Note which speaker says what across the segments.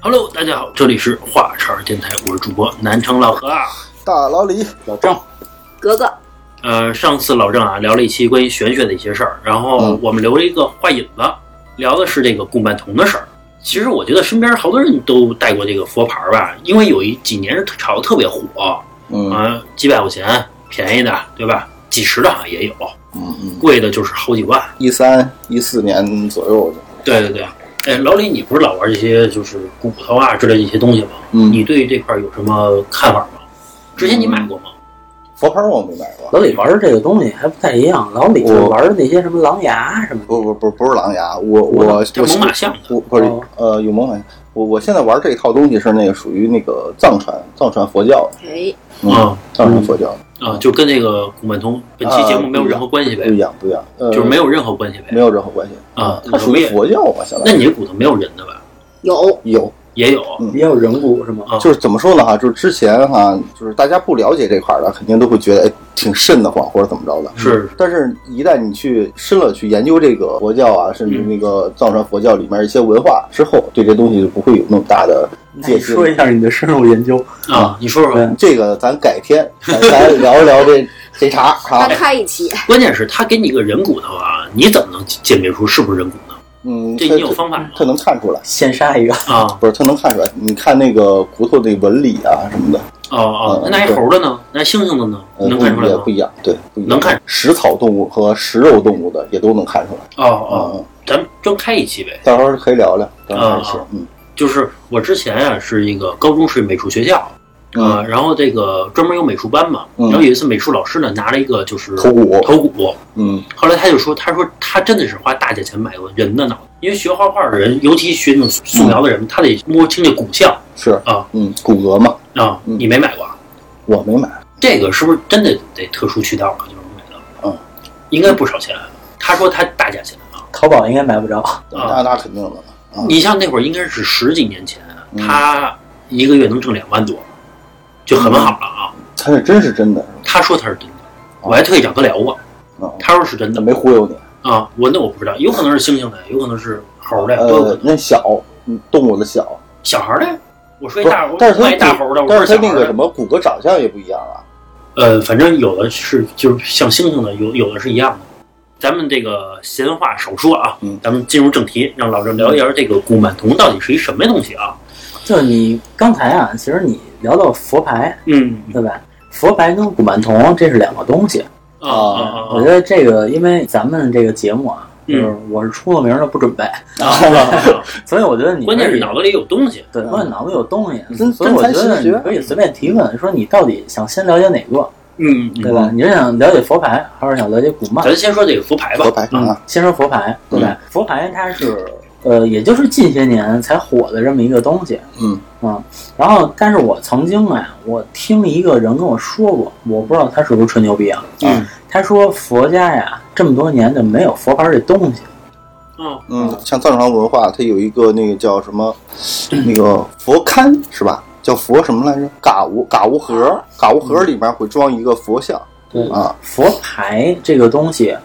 Speaker 1: Hello，大家好，这里是话茬儿电台，我是主播南城老何啊。
Speaker 2: 大老李，
Speaker 3: 老郑，
Speaker 4: 格格，
Speaker 1: 呃，上次老郑啊聊了一期关于玄学的一些事儿，然后
Speaker 2: 嗯
Speaker 1: 我们留了一个话引子，聊的是这个供曼童的事儿。其实我觉得身边好多人都带过这个佛牌儿吧，因为有一几年是炒得特别火，
Speaker 2: 嗯
Speaker 1: 啊，几百块钱便宜的，对吧？几十的好像也有，
Speaker 2: 嗯嗯，
Speaker 1: 贵的就是好几万。
Speaker 2: 一三一四年左右的，
Speaker 1: 对对对，哎，老李，你不是老玩这些就是骨头啊之类的一些东西吗？
Speaker 2: 嗯
Speaker 1: 你对这块儿有什么看法吗？之前你买过吗？
Speaker 2: 佛牌我没买过，
Speaker 3: 老李玩的这个东西还不太一样，老李就
Speaker 2: 我
Speaker 3: 玩的那些什么狼牙什么的。
Speaker 2: 不不不不是狼牙，我我我
Speaker 1: 这猛犸象的，
Speaker 2: 我不是
Speaker 3: 哦
Speaker 2: 呃有蒙马，我我现在玩这套东西是那个属于那个藏传藏传佛教的，
Speaker 4: 哎，
Speaker 2: 嗯
Speaker 1: 啊，
Speaker 2: 藏传佛教
Speaker 1: 啊，就跟那个古曼童本期节目没有任何关系呗
Speaker 2: 不，一样不一样，呃
Speaker 1: 就是没有任何关系呗
Speaker 2: 啊没有任何关系，
Speaker 1: 啊。
Speaker 2: 它属
Speaker 1: 我
Speaker 2: 于
Speaker 1: 也，
Speaker 2: 佛教吧，现
Speaker 1: 那
Speaker 2: 在
Speaker 1: 你这骨头没有人的吧？
Speaker 4: 有
Speaker 2: 有
Speaker 1: 也有
Speaker 2: 嗯
Speaker 3: 也有人骨是吗？
Speaker 1: 啊，
Speaker 2: 就是怎么说呢哈，就是之前哈，就是大家不了解这块儿的，肯定都会觉得哎挺瘆得慌或者怎么着的，
Speaker 1: 是
Speaker 2: 但是，一旦你去深了去研究这个佛教
Speaker 1: 嗯
Speaker 2: 啊，甚至那个藏传佛教里面一些文化之后，对这东西就不会有那么大的
Speaker 3: 那
Speaker 2: 戒
Speaker 3: 你
Speaker 2: 心。
Speaker 3: 说一下你的深入研究。
Speaker 2: 嗯
Speaker 1: 啊，你说说
Speaker 3: 对。
Speaker 2: 这个咱改天咱咱聊一聊这 这茬哈
Speaker 4: 单。开一期，
Speaker 1: 关键是他给你个人骨头啊，你怎么能鉴别出是不是人骨呢？
Speaker 2: 嗯，
Speaker 1: 这
Speaker 2: 他
Speaker 1: 你有方法吗？
Speaker 2: 他能看出来，
Speaker 3: 先杀一个，
Speaker 1: 啊，
Speaker 2: 不是他能看出来。你看那个骨头的纹理啊什么的，
Speaker 1: 哦哦，
Speaker 2: 嗯
Speaker 1: 那一猴的呢？那猩猩的呢？
Speaker 2: 呃，
Speaker 1: 能看出来
Speaker 2: 也
Speaker 1: 吗
Speaker 2: 不？一样，对，不一样
Speaker 1: 能看。
Speaker 2: 食草动物和食肉动物的也都能看出来。
Speaker 1: 哦哦，
Speaker 2: 嗯，
Speaker 1: 咱们专开一期呗。
Speaker 2: 到时候可以聊聊，咱们开始
Speaker 1: 啊。
Speaker 2: 嗯
Speaker 1: 就是我之前啊是一个高中是美术学校，
Speaker 2: 嗯
Speaker 1: 呃，然后这个专门有美术班嘛，
Speaker 2: 嗯
Speaker 1: 然后有一次美术老师呢拿了一个就是
Speaker 2: 头骨
Speaker 1: 头骨，
Speaker 2: 嗯
Speaker 1: 后来他就说，他说他真的是花大价钱买过人的脑袋，因为学画画的人，尤其学那种素描的人，他得摸清这骨相
Speaker 2: 是
Speaker 1: 啊
Speaker 2: 嗯骨骼嘛，
Speaker 1: 啊。
Speaker 2: 嗯
Speaker 1: 你没买过啊，
Speaker 2: 我没买。
Speaker 1: 这个是不是真的得特殊渠道啊？就是买的，
Speaker 2: 嗯，
Speaker 1: 应该不少钱。他说他大价钱啊，
Speaker 3: 淘宝应该买不着。
Speaker 1: 啊
Speaker 2: 那那肯定的了。啊
Speaker 1: 你像那会儿应该是十几年前，
Speaker 2: 嗯
Speaker 1: 他一个月能挣两万多，就很好了啊。
Speaker 2: 他那真是真的，是吧
Speaker 1: 他说他是真的，我
Speaker 2: 嗯
Speaker 1: 还特意找他聊过，
Speaker 2: 啊，
Speaker 1: 他说是真
Speaker 2: 那
Speaker 1: 的
Speaker 2: 没忽悠你。
Speaker 1: 啊。我那我不知道，有可能是猩猩的，有可能是猴的，都有可
Speaker 2: 呃
Speaker 1: 能，。
Speaker 2: 那小嗯动物的小，
Speaker 1: 小孩儿的，我说
Speaker 2: 不
Speaker 1: 一
Speaker 2: 是
Speaker 1: 大，我
Speaker 2: 但是
Speaker 1: 我一
Speaker 2: 它
Speaker 1: 大猴的，我
Speaker 2: 但
Speaker 1: 说
Speaker 2: 是
Speaker 1: 小
Speaker 2: 它
Speaker 1: 孩
Speaker 2: 那个
Speaker 1: 儿
Speaker 2: 什
Speaker 1: 的。
Speaker 2: 么骨骼长相也不一样啊。
Speaker 1: 呃，反正有的是就是像猩猩的，有有的是一样的。咱们这个闲话少说啊，
Speaker 2: 嗯
Speaker 1: 咱们进入正题，让老郑聊一聊这个古曼童到底是一什么东西啊？
Speaker 3: 就是你刚才啊，其实你聊到佛牌，
Speaker 1: 嗯
Speaker 3: 对吧？佛牌跟古曼童这是两个东西。
Speaker 1: 啊啊
Speaker 3: 我觉得这个，因为咱们这个节目啊，就是我是出了名的不准备，
Speaker 1: 啊 啊！
Speaker 3: 所以我觉得你
Speaker 1: 关键是
Speaker 3: 可以
Speaker 1: 脑子里有东西，
Speaker 3: 对，关键脑子有东西，啊
Speaker 2: 真
Speaker 3: 所以我觉
Speaker 2: 真才
Speaker 3: 得
Speaker 2: 实
Speaker 3: 你
Speaker 2: 学
Speaker 3: 可以随便提问，说你到底想先了解哪个，
Speaker 1: 嗯，嗯
Speaker 3: 对吧？你是想了解佛牌，还是想了解古曼？
Speaker 1: 咱先说这个佛牌吧
Speaker 2: 佛，牌
Speaker 1: 嗯
Speaker 2: 啊，
Speaker 3: 先说佛牌，对
Speaker 2: 嗯
Speaker 3: 吧？佛牌它是呃，也就是近些年才火的这么一个东西。啊
Speaker 2: 嗯
Speaker 3: 然后，但是我曾经啊，我听一个人跟我说过，我不知道他是不是吹牛逼啊。
Speaker 1: 嗯
Speaker 3: 他说佛家呀，这么多年就没有佛牌这东西。
Speaker 1: 嗯
Speaker 2: 嗯，像藏传文化，它有一个那个叫什么，那个佛龛是吧？叫佛什么来着？嘎乌嘎乌盒，嘎乌盒里面会装一个佛像
Speaker 3: 对
Speaker 2: 啊，
Speaker 3: 佛牌这个东西，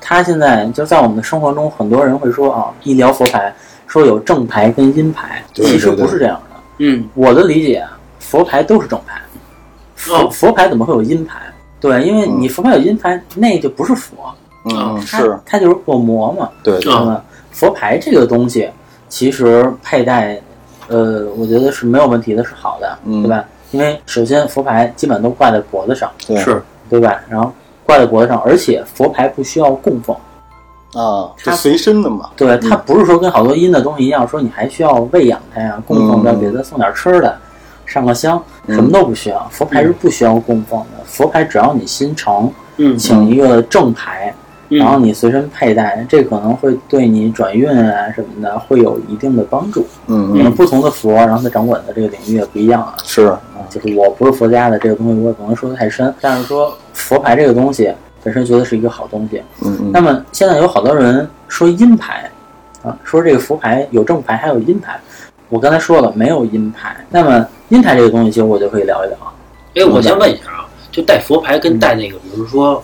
Speaker 3: 它现在就在我们的生活中，很多人会说啊，一聊佛牌，说有正牌跟阴牌，
Speaker 2: 对
Speaker 3: 其实
Speaker 2: 对对
Speaker 3: 不是这样的。
Speaker 1: 嗯
Speaker 3: 我的理解啊，佛牌都是正牌，佛、
Speaker 1: 哦
Speaker 3: 佛牌怎么会有阴牌？对，因为
Speaker 2: 嗯
Speaker 3: 你佛牌有阴牌，那就不是佛，
Speaker 2: 嗯，嗯
Speaker 3: 它
Speaker 2: 是
Speaker 3: 它就是恶魔嘛，
Speaker 2: 对，
Speaker 1: 啊
Speaker 2: 对
Speaker 3: 对吧？佛牌这个东西，其实佩戴，呃，我觉得是没有问题的，是好的，
Speaker 2: 嗯
Speaker 3: 对吧？因为首先佛牌基本都挂在脖子上，
Speaker 2: 对
Speaker 1: 是
Speaker 3: 对吧？然后挂在脖子上，而且佛牌不需要供奉，
Speaker 2: 啊，是
Speaker 3: 它
Speaker 2: 随身的嘛，
Speaker 3: 对，它不是说跟好多阴的东西一样，说你还需要喂养它呀，供奉它，
Speaker 2: 嗯
Speaker 3: 给它送点吃的，上个香，什么都不需要。佛牌是不需要供奉
Speaker 2: 嗯
Speaker 3: 的，佛牌只要你心诚，
Speaker 1: 嗯
Speaker 3: 请一个正牌，
Speaker 1: 嗯
Speaker 3: 然后你随身佩戴，这可能会对你转运啊什么的会有一定的帮助。
Speaker 2: 嗯
Speaker 3: 可
Speaker 2: 嗯，
Speaker 3: 能不同的佛，然后它掌管的这个领域也不一样啊。
Speaker 2: 是，
Speaker 3: 啊，就是我不是佛家的这个东西，我也不能说得太深，但是说佛牌这个东西本身觉得是一个好东西。
Speaker 2: 嗯
Speaker 3: 那么现在有好多人说阴牌，啊，说这个佛牌有正牌还有阴牌。我刚才说了没有阴牌，那么阴牌这个东西，其实我就可以聊一聊。
Speaker 1: 哎，我先问一下啊，就带佛牌
Speaker 3: 嗯
Speaker 1: 跟带那个，比如说，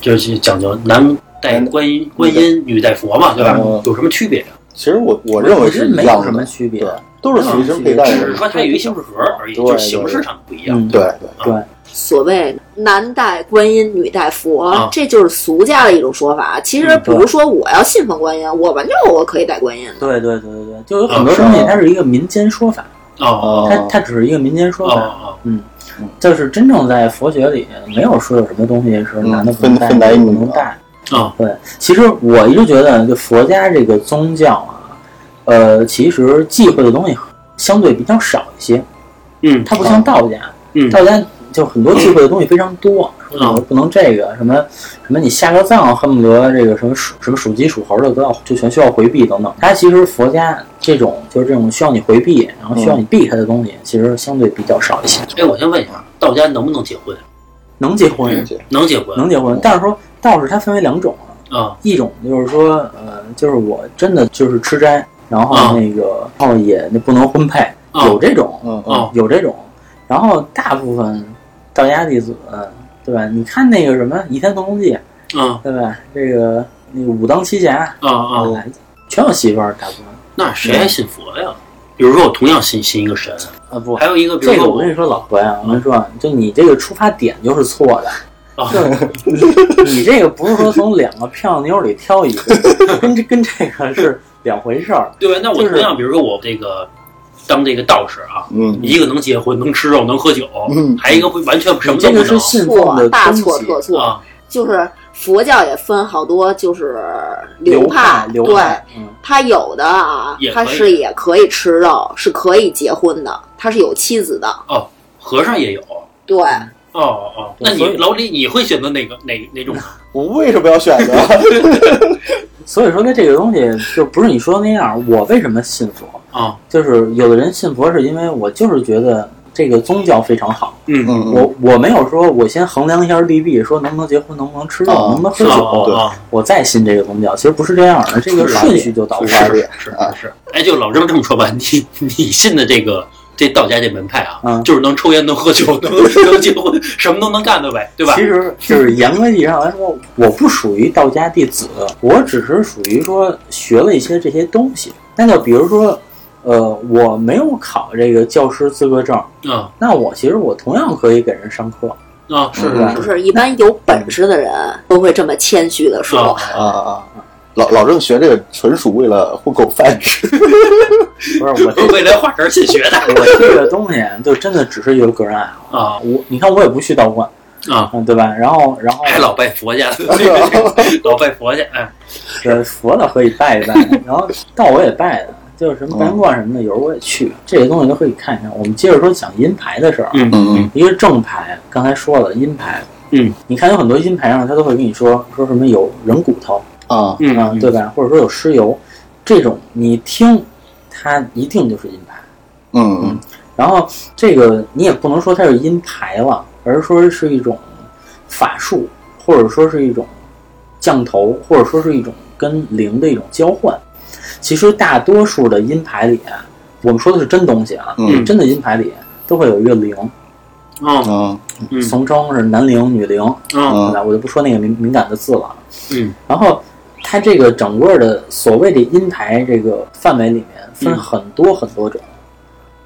Speaker 1: 就是讲究男带观音，观音女带佛嘛，对吧
Speaker 2: 嗯？
Speaker 1: 有什么区别呀？
Speaker 2: 嗯，其实我我
Speaker 3: 我
Speaker 2: 认为
Speaker 3: 觉得
Speaker 2: 是一
Speaker 3: 没有什
Speaker 2: 样
Speaker 3: 么
Speaker 2: 的，
Speaker 3: 区别
Speaker 2: 对。，都是随身佩戴
Speaker 1: 只
Speaker 2: 的
Speaker 1: 是说它有一小盒儿而已，
Speaker 2: 对
Speaker 1: 就形式上不一样。
Speaker 3: 嗯，
Speaker 2: 对对，
Speaker 4: 所谓男戴观音，女戴佛，
Speaker 1: 啊
Speaker 4: 这就是俗家的一种说法。其实，
Speaker 3: 嗯
Speaker 4: 比
Speaker 3: 对
Speaker 4: 如说我要信奉观音，我完全我可以戴观音的。
Speaker 3: 对对对对对，就有很多东
Speaker 2: 是
Speaker 3: 西
Speaker 2: 啊
Speaker 3: 它是一个民间说法，
Speaker 1: 哦
Speaker 3: 它
Speaker 2: 哦
Speaker 3: 它只是一个民间
Speaker 1: 哦
Speaker 3: 说法，
Speaker 1: 哦，
Speaker 3: 就是真正在佛学里，没有说有什么东西是男的不能
Speaker 2: 嗯分分
Speaker 3: 带，
Speaker 2: 男女
Speaker 3: 女的不能带。
Speaker 1: 啊，
Speaker 3: 对，其实我一直觉得，就佛家这个宗教啊，呃，其实忌讳的东西相对比较少一些。
Speaker 1: 嗯
Speaker 3: 它不像道家，
Speaker 1: 嗯
Speaker 3: 道家就很多忌讳的东西非常多，说
Speaker 1: 嗯
Speaker 3: 你不能这个什么什么你下个葬恨不得这个什么属什么属鸡属猴的都要就全需要回避等等。它其实佛家这种就是这种需要你回避，然后需要你避开的东西，其实相对比较少一些。
Speaker 1: 哎，我先问一下，道家能不能结婚？
Speaker 3: 能结婚，哦
Speaker 1: 能结婚
Speaker 3: 嗯能结婚，但是说道士它分为两种啊，
Speaker 1: 啊
Speaker 3: 一种就是说，呃，就是我真的就是吃斋，然
Speaker 1: 啊
Speaker 3: 后那个，然后也那不能婚配，
Speaker 1: 啊
Speaker 3: 有这种，
Speaker 2: 嗯嗯，
Speaker 1: 哦
Speaker 3: 啊有这种。然后大部分道家弟子，对吧？你看那个什么《倚天屠龙记》，
Speaker 1: 啊
Speaker 3: 对吧？这个那个武当七侠，
Speaker 1: 啊啊！
Speaker 3: 对吧全有媳妇儿，大部分。
Speaker 1: 那谁还信佛呀？比如说，我同样信信一个神，
Speaker 3: 啊不
Speaker 1: 还，有一个，比如
Speaker 3: 这个
Speaker 1: 说
Speaker 3: 我
Speaker 1: 我
Speaker 3: 跟你说，老何呀，我跟你说啊，就你这个出发点就是错 的。
Speaker 1: 啊
Speaker 3: 你这个不是说从两个漂亮妞儿里挑一个， 跟这跟这个是两回事儿。
Speaker 1: 对吧？那我
Speaker 3: 就是
Speaker 1: 同样，比如说我这个当这个道士啊，
Speaker 2: 嗯
Speaker 1: 一个能结婚，能吃肉，能喝酒，
Speaker 2: 嗯
Speaker 1: 还有一个会完全 什
Speaker 3: 你
Speaker 1: 么
Speaker 3: 这
Speaker 1: 都
Speaker 3: 个
Speaker 1: 不
Speaker 3: 是
Speaker 1: 能
Speaker 3: 信奉
Speaker 4: 错，
Speaker 3: 的
Speaker 4: 大
Speaker 3: 东西
Speaker 4: 错特错。
Speaker 1: 啊
Speaker 4: 就是佛教也分好多，就是
Speaker 3: 流
Speaker 4: 派，
Speaker 3: 流
Speaker 4: 对。
Speaker 3: 派，嗯，
Speaker 4: 他有的啊
Speaker 1: 也，
Speaker 4: 他
Speaker 1: 可以
Speaker 4: 是也可以吃肉，是可以结婚的，他是有妻子的。
Speaker 1: 哦，和尚也有
Speaker 4: 对，
Speaker 1: 哦哦。
Speaker 3: 对
Speaker 1: 那你
Speaker 3: 所以
Speaker 1: 老李，你会选择哪个哪哪种？
Speaker 2: 我为什么要选择？
Speaker 3: 所以说呢，这个东西就不是你说的那样。我为什么信佛？
Speaker 1: 啊，
Speaker 3: 就是有的人信佛是因为我就是觉得这个宗教非常好，
Speaker 1: 嗯啊
Speaker 2: 嗯，
Speaker 3: 我我没有说我先衡量一下利弊，说能不能结婚，能不能吃肉，
Speaker 2: 啊
Speaker 3: 能不能喝
Speaker 1: 啊
Speaker 3: 酒，
Speaker 1: 啊！
Speaker 3: 我再信这个宗教，其实不是这样的，这个
Speaker 1: 是
Speaker 3: 顺序就倒
Speaker 1: 是
Speaker 3: 过来
Speaker 1: 是
Speaker 3: 了。
Speaker 1: 是是是，哎，就老郑这么说吧， 你你信的这个这道家这门派啊，
Speaker 3: 嗯
Speaker 1: 就是能抽烟、能喝酒、能能结婚，什么都能干的呗，对吧
Speaker 3: 其？实就是严格意义上来说，我不属于道家弟子，我只是属于说学了一些这些东西。那就比如说，呃，我没有考这个教师资格证，
Speaker 1: 啊
Speaker 3: 那我其实我同样可以给人上课。
Speaker 1: 啊，是
Speaker 2: 嗯
Speaker 4: 就是
Speaker 1: 是
Speaker 4: 是一般有本事的人都会这么谦虚的
Speaker 1: 是
Speaker 4: 说。
Speaker 2: 啊
Speaker 1: 啊，
Speaker 2: 啊，老老郑学这个纯属为了混口饭吃。
Speaker 3: 不是我这
Speaker 1: 未来花钱现学的
Speaker 3: 我这个东西就真的只是一个个人爱好。
Speaker 1: 啊
Speaker 3: 我你看我也不去道观，
Speaker 1: 啊。
Speaker 3: 嗯，对吧？然后然后
Speaker 1: 哎，老拜佛去，老拜佛去，哎，
Speaker 3: 呃佛的可以拜一拜，然后道我也拜的，就是什么白云观什么的，有时候我也去，这些东西都可以看一看。我们接着说讲阴牌的事儿啊。
Speaker 1: 嗯
Speaker 2: 嗯
Speaker 3: 一个正牌，刚才说了阴牌，
Speaker 1: 嗯，
Speaker 3: 你看有很多阴牌上他都会跟你说说什么有人骨头
Speaker 2: 啊，
Speaker 1: 嗯
Speaker 3: 啊，对吧？或者说有尸油，这种你听，它一定就是阴牌。
Speaker 2: 嗯
Speaker 3: 然后这个你也不能说它是阴牌了，而是说是一种法术，或者说是一种降头，或者说是一种跟灵的一种交换。其实大多数的阴牌里，啊我们说的是真东西啊，
Speaker 2: 嗯
Speaker 3: 真的阴牌里都会有一个灵，
Speaker 1: 嗯
Speaker 2: 嗯
Speaker 1: 嗯
Speaker 3: 俗称是男灵、女灵，
Speaker 1: 嗯
Speaker 3: 对吧？我就不说那个敏敏感的字了啊。
Speaker 1: 嗯
Speaker 3: 然后它这个整个的所谓的阴牌这个范围里面分
Speaker 1: 嗯
Speaker 3: 很多很多种，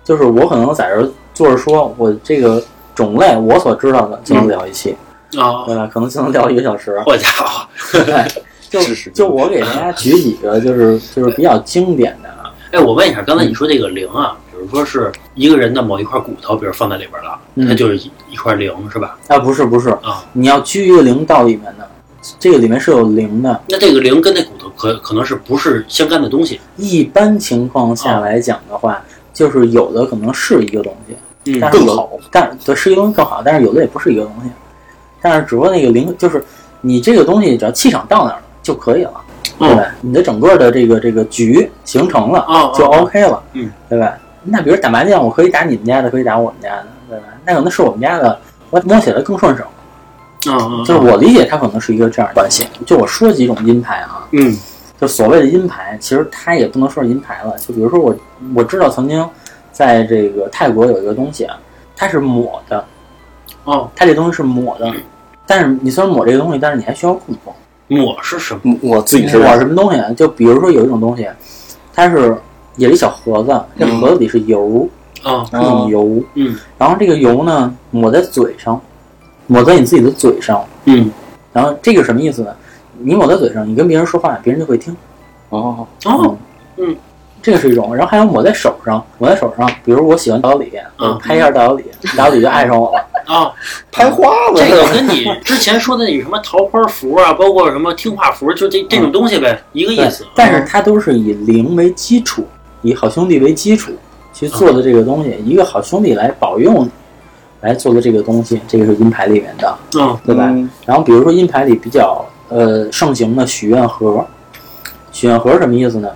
Speaker 3: 就是我可能在这儿坐着说，我这个种类我所知道的就能聊一期，
Speaker 1: 啊，。
Speaker 3: 对吧？可能就能聊一个小时
Speaker 1: 我家伙，
Speaker 3: 对就是
Speaker 2: 是
Speaker 3: 就我给大家举几个，就是就是比较经典的啊，
Speaker 1: 哎，我问一下，刚才你说这个灵啊，比如说是一个人的某一块骨头，比如放在里边了，
Speaker 3: 嗯
Speaker 1: 它就是一一块灵，是吧？
Speaker 3: 啊不是不是
Speaker 1: 啊，
Speaker 3: 你要居一个灵道里面的，这个里面是有灵的。
Speaker 1: 那这个灵跟那骨头可可能是不是相干的东西？
Speaker 3: 一般情况下来讲的话，就是有的可能是一个东西，
Speaker 1: 嗯
Speaker 3: 但是
Speaker 2: 更
Speaker 3: 好，但是对是一个东西更好，但是有的也不是一个东西。但是只不过那个灵，就是你这个东西只要气场到那儿了就可以了，对吧？你的整个的这个这个局形成了，
Speaker 1: 嗯哦
Speaker 3: 就
Speaker 1: 哦
Speaker 3: OK 了，
Speaker 1: 嗯，
Speaker 3: 对吧？那比如打麻将，我可以打你们家的，可以打我们家的，对吧？那可能是我们家的，我摸起来更顺手。
Speaker 1: 嗯嗯，
Speaker 3: 就是我理解它可能是一个这样的关系。就我说几种阴牌啊，
Speaker 1: 嗯
Speaker 3: 就所谓的阴牌，其实它也不能说是阴牌了。就比如说我，我知道曾经在这个泰国有一个东西啊，它是抹的，
Speaker 1: 哦，
Speaker 3: 它这东西是抹
Speaker 2: 嗯
Speaker 3: 的。但是你虽然抹这个东西，但是你还需要供奉。
Speaker 1: 我是什么？
Speaker 2: 嗯，我自己是
Speaker 3: 抹什么东西啊？就比如说有一种东西，它是也是一小盒子，这
Speaker 2: 嗯哦
Speaker 3: 盒子里是油，
Speaker 1: 啊，
Speaker 3: 是一种油，
Speaker 1: 嗯
Speaker 3: 然后这个油呢抹在嘴上，抹在你自己的嘴上，
Speaker 1: 嗯，
Speaker 3: 然后这个什么意思呢？你抹在嘴上，你跟别人说话，别人就会听。
Speaker 2: 哦，
Speaker 1: 哦，
Speaker 3: 这个是一种，然后还有抹在手上，抹在手上，比如我喜欢大小李，
Speaker 1: 嗯
Speaker 3: 拍一下大小李，大小李就爱上我了。
Speaker 1: 啊，
Speaker 2: 拍花子
Speaker 1: 这个 跟你之前说的那什么桃花符啊，包括什么听话符，就这这种东西呗，一个
Speaker 3: 嗯对
Speaker 1: 意思，。
Speaker 3: 但是它都是以零为基础，以好兄弟为基础去做的这个东西，一个好兄弟来保佑你，来做的这个东西，这个是阴牌里面的。
Speaker 1: 嗯
Speaker 3: 对吧
Speaker 2: 嗯
Speaker 3: 然后比如说阴牌里比较呃盛行的许愿盒，许愿盒什么意思呢？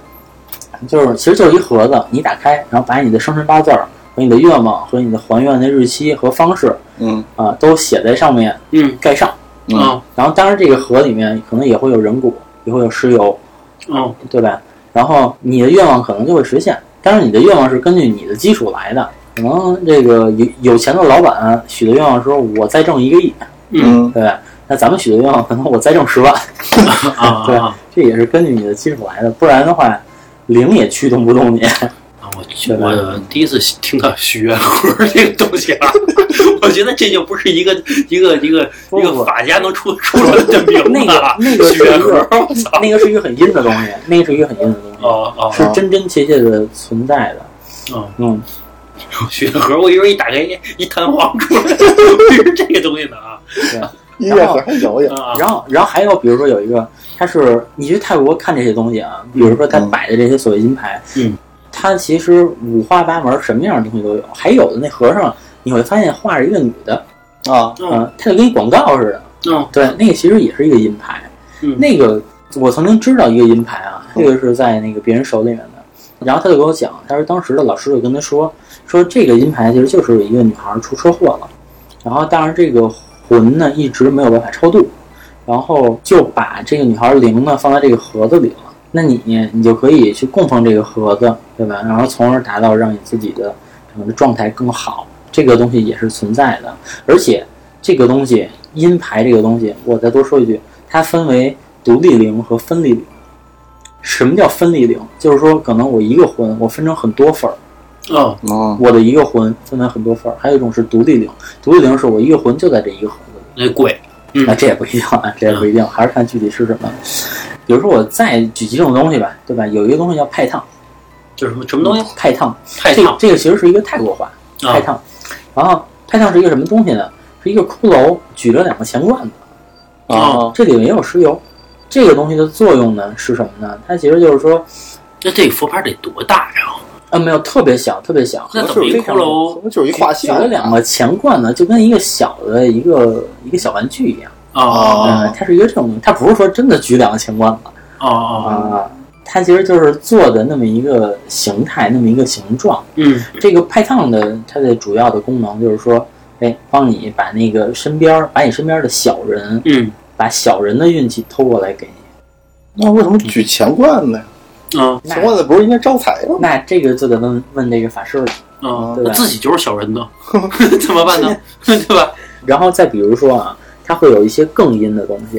Speaker 3: 就是其实就是一盒子，你打开，然后把你的生辰八字儿和你的愿望和你的还愿的日期和方式
Speaker 2: 嗯
Speaker 3: 啊、都写在上面
Speaker 1: 嗯
Speaker 3: 盖上。
Speaker 1: 啊
Speaker 3: 然后当然这个盒里面可能也会有人骨，也会有石油，
Speaker 1: 哦
Speaker 3: 对吧？然后你的愿望可能就会实现，但是你的愿望是根据你的基础来的。可能这个有有钱的老板许的愿望说，我再挣一个亿，
Speaker 1: 嗯
Speaker 2: 嗯
Speaker 3: 对吧？那咱们许的愿望可能我再挣十万，
Speaker 1: 啊啊
Speaker 3: 对
Speaker 1: 啊！
Speaker 3: 这也是根据你的基础来的，不然的话，零也驱动不动你。
Speaker 1: 啊我我第一次听到许愿盒这个东西 啊，我觉得这就不是一个一个一个
Speaker 3: 不
Speaker 1: 一个法家能出出来的名字
Speaker 3: 那个
Speaker 1: 了。
Speaker 3: 那个
Speaker 1: 许
Speaker 3: 是
Speaker 1: 愿
Speaker 3: 一
Speaker 1: 盒
Speaker 3: 个，那个是一个很阴的东西，那个是一个很阴的东西，
Speaker 1: 哦哦
Speaker 3: 是真真切切的存在的。
Speaker 1: 哦，
Speaker 3: 嗯，
Speaker 1: 许愿盒，我以为一打开一弹簧出 来，是这个东西呢啊
Speaker 2: 音乐盒还有呀，
Speaker 1: 啊啊！
Speaker 3: 然后，然后还有，比如说有一个，它是你去泰国看这些东西啊，比如说它摆的这些所谓金牌，
Speaker 1: 嗯，
Speaker 3: 它其实五花八门，什么样的东西都有。还有的那和尚，你会发现画着一个女的，
Speaker 2: 啊，
Speaker 1: 嗯
Speaker 3: 嗯，它就跟一广告似的，
Speaker 1: 嗯
Speaker 3: 对，那个其实也是一个阴牌。
Speaker 1: 嗯
Speaker 3: 那个我曾经知道一个阴牌啊，这个是在那个别人手里面的。然后他就给我讲，他说当时的老师就跟他说，说这个阴牌其实就是一个女孩出车祸了，然后当然这个魂呢一直没有办法超度，然后就把这个女孩灵呢放在这个盒子里了。那你你就可以去供奉这个盒子，对吧？然后从而达到让你自己的整个状态更好，这个东西也是存在的。而且这个东西阴牌这个东西，我再多说一句，它分为独立灵和分立灵。什么叫分立灵？就是说，可能我一个魂，我分成很多份儿，
Speaker 1: 哦
Speaker 2: 哦，
Speaker 3: 我的一个魂分为很多份儿。还有一种是独立灵，独立灵是我一个魂就在这一个盒子里，
Speaker 1: 那贵嗯
Speaker 3: 那这也不一定 啊，这也不一定，还是看具体是什么。比如说，我再举几种东西吧，对吧？有一个东西叫派烫，
Speaker 1: 就是什么什么东西？
Speaker 3: 派烫，
Speaker 1: 太啊
Speaker 3: 这个
Speaker 1: 烫
Speaker 3: 这个其实是一个泰国话，派
Speaker 1: 啊！
Speaker 3: 烫。然后派烫是一个什么东西呢？是一个骷髅举着两个钱罐子。
Speaker 1: 哦
Speaker 3: 这里面也有石油。这个东西的作用呢是什么呢？它其实就是说，
Speaker 1: 那这个佛牌得多大呀？
Speaker 3: 啊，没有特别小，特别小，
Speaker 1: 那啊
Speaker 2: 不
Speaker 1: 怎么
Speaker 2: 是
Speaker 1: 一
Speaker 2: 非
Speaker 1: 骷
Speaker 2: 常
Speaker 1: 髅
Speaker 2: 不就是一画
Speaker 3: 举
Speaker 2: 像
Speaker 3: 了两个钱罐呢，就跟一个小的一个一个小玩具一样。
Speaker 1: 哦
Speaker 3: 嗯，它是一个这种东西，它不是说真的举两个钱罐子
Speaker 1: 哦哦，
Speaker 3: 啊，它其实就是做的那么一个形态，那么一个形状。
Speaker 1: 嗯
Speaker 3: 这个派烫的它的主要的功能就是说，哎，帮你把那个身边儿，把你身边的小人，
Speaker 1: 嗯
Speaker 3: 把小人的运气偷过来给你。
Speaker 2: 那为什么举钱罐子呀？
Speaker 1: 啊
Speaker 3: 那
Speaker 2: 钱罐子不是应该招财的吗？
Speaker 3: 那这个就得问问这个法师了。
Speaker 1: 啊
Speaker 3: 对吧，
Speaker 1: 自己就是小人 呢，怎么办呢？对吧？
Speaker 3: 然后再比如说啊，它会有一些更阴的东西，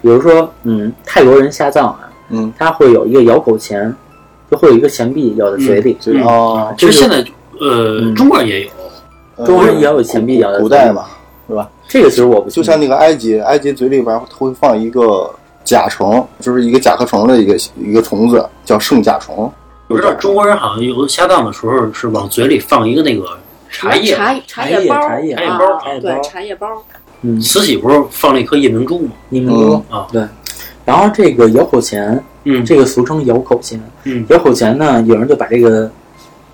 Speaker 3: 比如说，嗯，泰国人下葬啊，
Speaker 2: 嗯，
Speaker 3: 他会有一个咬口钱，就会有一个钱币咬在嘴里。
Speaker 2: 这哦，
Speaker 1: 其实现在呃，
Speaker 3: 嗯
Speaker 1: 中国人也有
Speaker 3: 中国人也有钱币咬在嘴
Speaker 2: 嗯
Speaker 3: 里
Speaker 2: 古代嘛，是吧？
Speaker 3: 这个其实我不
Speaker 2: 就
Speaker 3: 清楚
Speaker 2: 像那个埃
Speaker 3: 嗯
Speaker 2: 及，埃及嘴里边会放一个甲虫，就是一个甲壳虫的一个一个虫子，叫圣甲虫。
Speaker 1: 我知道中国人好像有下葬的时候是往嘴里放一个那个茶叶。
Speaker 4: 茶
Speaker 3: 茶叶
Speaker 4: 叶包，
Speaker 3: 茶叶
Speaker 4: 啊
Speaker 1: 包
Speaker 3: 茶叶包
Speaker 4: 对，茶叶包，
Speaker 3: 嗯，
Speaker 1: 慈禧不是放了一颗夜明珠吗？
Speaker 3: 你们说、
Speaker 1: 嗯啊
Speaker 3: 对。然后这个咬口钱，
Speaker 1: 嗯
Speaker 3: 这个俗称咬口钱。
Speaker 1: 嗯
Speaker 3: 咬口钱呢，有人就把这个